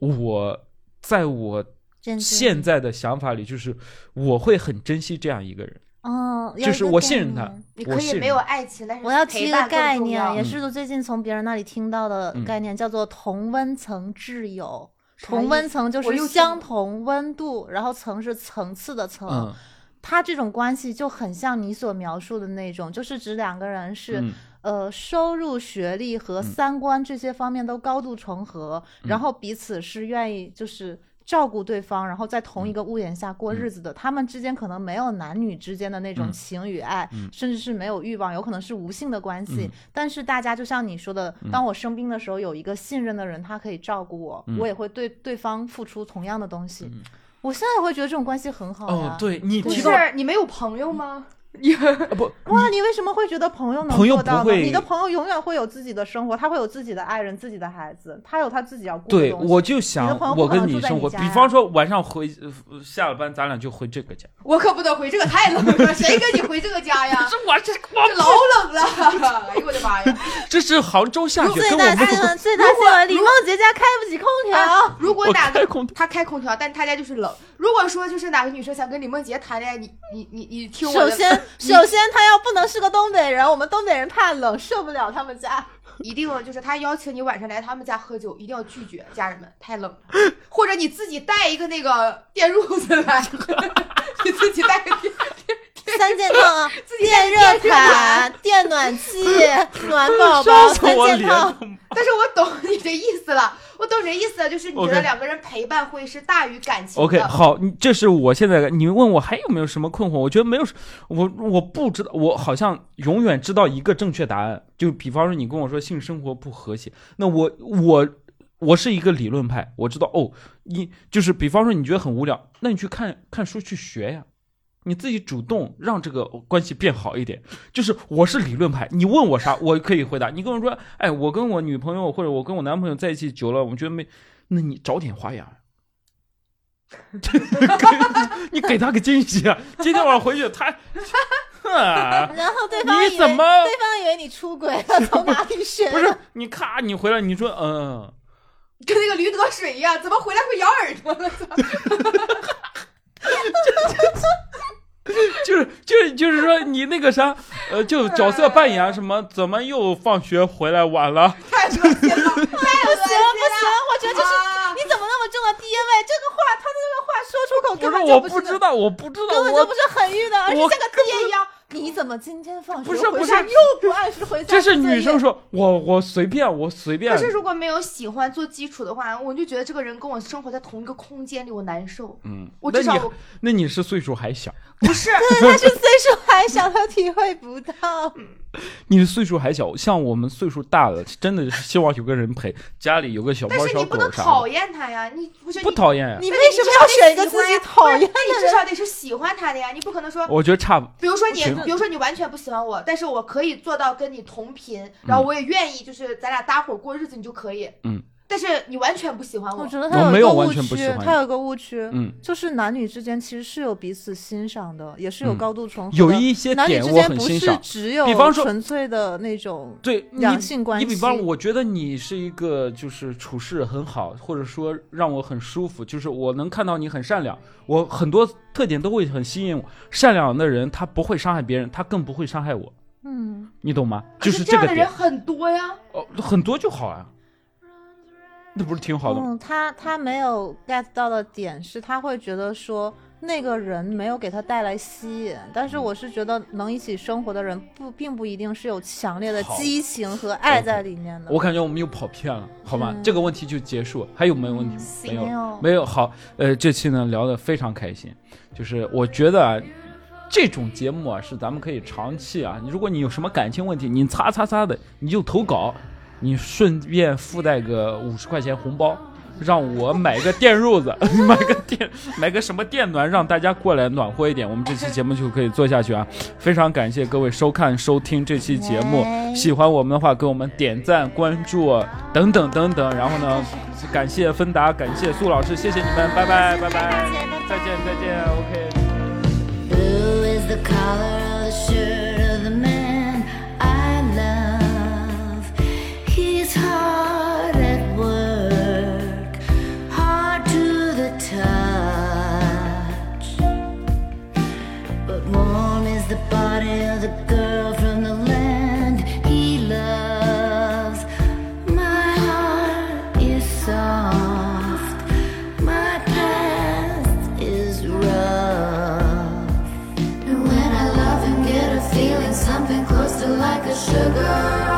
E: 我在我
A: 真心
E: 现在的想法里，就是我会很珍惜这样一个人，
A: 哦，要
E: 就是
A: 一个
E: 我
A: 概
E: 信任他
A: 念，
C: 你
E: 我
C: 可
E: 信
C: 以
E: 任
C: 没有爱情，但是
A: 我要提
C: 陪
A: 一
C: 伴
A: 个
C: 更
A: 概
C: 重要
A: 念，也是我最近从别人那里听到的
E: 嗯
A: 概念，叫做同温层挚友。
C: 啥
A: 同
C: 意
A: 温
C: 思
A: 层就
C: 我又
A: 是
C: 听
A: 相
C: 过
A: 同温度，然后层是层次的层。
E: 嗯
A: 他这种关系就很像你所描述的那种，就是指两个人是、
E: 嗯
A: 呃收入、学历和三观这些方面都高度重合，
E: 嗯
A: 然后彼此是愿意就是照顾对方，然后在
E: 嗯
A: 同一个屋檐下过日子的。他们之间可能没有男女之间的那种
E: 嗯
A: 情与爱，
E: 嗯
A: 甚至是没有欲望，有可能是无性的关系。
E: 嗯
A: 但是大家就像你说的，当我生病的时候，有一个信任的人，他可以照顾我，
E: 嗯
A: 我也会对对方付出同样的东西。我现在也会觉得这种关系很好呀。
E: 哦，对你
C: 不
E: 提
C: 是
E: 到
C: 你没有朋友吗？
E: 啊不
A: 哇，你为什么会觉得朋友能
E: 朋友
A: 做到
E: 不
A: 呢？
E: 会
A: 你的朋友永远会有自己的生活，他会有自己的爱人、自己的孩子，他有他自己要顾的
E: 对，
A: 东西。
E: 我就
A: 你
E: 想
A: 的朋友不
E: 我
A: 可能
E: 跟
A: 住
E: 你
A: 在
E: 生
A: 你
E: 活，
A: 家
E: 比
A: 呀
E: 方说晚上回呃下了班，咱俩就回这个家。
C: 我可不能回这个太冷了，谁跟你回这个 家呀？
I: 这我这
C: 这老冷了， 哎呦我的妈呀！
E: 这是杭州下雪，
A: 最
E: 跟
A: 大
E: 我们
A: 新闻，最大新闻，李梦洁家开不起空调。
C: 啊如果
E: 我
C: 哪
E: 开
C: 个
E: 空调
C: 他开空调，但他家就是冷。如果说就是哪个女生想跟李梦洁谈恋爱，你你你你听我
A: 首
C: 的，
A: 先，首先他要不能是个东北人，我们东北人怕冷，受不了他们 家。
C: 一定就是他邀请你晚上来他们家喝酒，一定要拒绝，家人们太冷了。或者你自己带一个那个电褥子来， 你自己带个电，
A: 三件套 啊，
C: 自己带
A: 电
C: 个
A: 热
C: 电毯
A: 毯、电暖气、 暖宝宝三件套。
C: 但是我懂你的意思了，我懂你的意思了，就是你觉
E: OK
C: 得两个人陪伴会是大于感情的。
E: OK，好，你这是我现在你问我还有没有什么困惑？我觉得没有什，我我不知道，我好像永远知道一个正确答案。就比方说你跟我说性生活不和谐，那我我我是一个理论派，我知道哦，你就是比方说你觉得很无聊，那你去看看书去学呀。你自己主动让这个关系变好一点，就是我是理论派，你问我啥我可以回答。你跟我说，哎，我跟我女朋友或者我跟我男朋友在一起久了，我觉得没，那你找点花样， 你给他个惊喜啊！今天晚上回去他，哼
A: 然后对方以为
E: 你怎么
A: 对方以为你出轨 了，从哪里学？
E: 不是你咔啊你回来你说嗯，
C: 跟那个驴得水一样，怎么回来会咬耳朵了？
E: 就是就是就是说你那个啥呃，就角色扮演啊什么，怎么又放学回来晚了？
C: 太恶心了，太恶心了！
A: 不行不行， 我觉得这是
C: 啊
A: 你怎么那么重的 DNA？这个话，他的这个话说出口
E: 我
A: 根
E: 说
A: 本
E: 我
A: 就
E: 不知
A: 是，
E: 道，我不知道，
A: 根本就
E: 我
A: 不是很育的，而是
E: 我
A: 像个爹一样。你怎么今天放学
E: 不是
A: 回
E: 不是
A: 家又不按时回家？
E: 这是女生。说，我我随便我随便
C: 可，是如果没有喜欢做基础的话，我就觉得这个人跟我生活在同一个空间里，我难受。
E: 嗯，
C: 我
E: 那
C: 至少
E: 你
C: 我
E: 那你是岁数还小，
C: 不 是
A: 对，但是岁数还小，他体会不到。
J: 嗯
E: 你的岁数还小，像我们岁数大了，真的是希望有个人陪，家里有个小
C: 但
E: 猫
C: 是你
E: 小
C: 不能
E: 狗啥
C: 讨
E: 的，
C: 厌他呀，你不是
E: 不讨厌呀，啊
A: 你为什么要选一个自己讨厌
C: 那
A: 的
C: 你至
A: 人？
C: 少得是喜欢他的呀，你不可能说，
E: 我觉得差不
C: 比如说你
E: 行，
C: 比如说你完全不喜欢我，但是我可以做到跟你同频，然后我也愿意，就是咱俩搭伙过日子，你就可以。
E: 嗯。
C: 但是你完全不喜欢
J: 我
C: 我，
J: 觉得
E: 我
J: 他
E: 没
J: 一个
E: 有完
J: 误
E: 全不喜
J: 区，
E: 欢
J: 他有一个误区，
E: 嗯，
J: 就是男女之间其实是有彼此欣赏的，也是有
E: 嗯
J: 高度重合的。
E: 有一些
J: 男女
E: 点
J: 之
E: 我
J: 间
E: 很
J: 不
E: 欣
J: 是
E: 赏，
J: 只有
E: 比方说
J: 纯粹的那种，
E: 对你
J: 两性关
E: 你比方，
J: 系
E: 我觉得你是一个就是处事很好，或者说让我很舒服，就是我能看到你很善良，我很多特点都会很吸引我。善良的人他不会伤害别人，他更不会伤害我，
J: 嗯，
E: 你懂吗？
C: 可
E: 就是是
C: 啊这样
E: 个
C: 的人
E: 点，
C: 很多呀。
E: 哦，很多就好啊，那不是挺好的吗？
J: 嗯，他他没有 get 到的点是，他会觉得说那个人没有给他带来吸引，但是我是觉得能一起生活的人不并不一定是有强烈的
E: 好
J: 激情和爱
E: OK
J: 在里面的。
E: 我感觉我们又跑偏了，好吗？
J: 嗯
E: 这个问题就结束，还有没有问题吗？
J: 行
E: 没有了，
J: 哦
E: 没有。好，呃，这期呢聊得非常开心，就是我觉得啊，这种节目啊是咱们可以长期啊，如果你有什么感情问题，你擦擦擦的你就投稿，你顺便附带个五十块钱红包。让我买个电褥子， 买个电，买个什么电暖，让大家过来暖和一点。我们这期节目就可以做下去啊！非常感谢各位收看收听这期节目，喜欢我们的话给我们点赞、关注等等等等。然后 呢，感谢芬达，感谢苏老师，谢谢你们，拜拜拜拜，再见再见，OK。
A: Blue is the color of the shirt of the man I love. He's hard at work, hard to the touch. But warm is the body of the girl from the land he loves. My heart is soft, my past is rough. And when I love and get a feeling, something close to like a sugar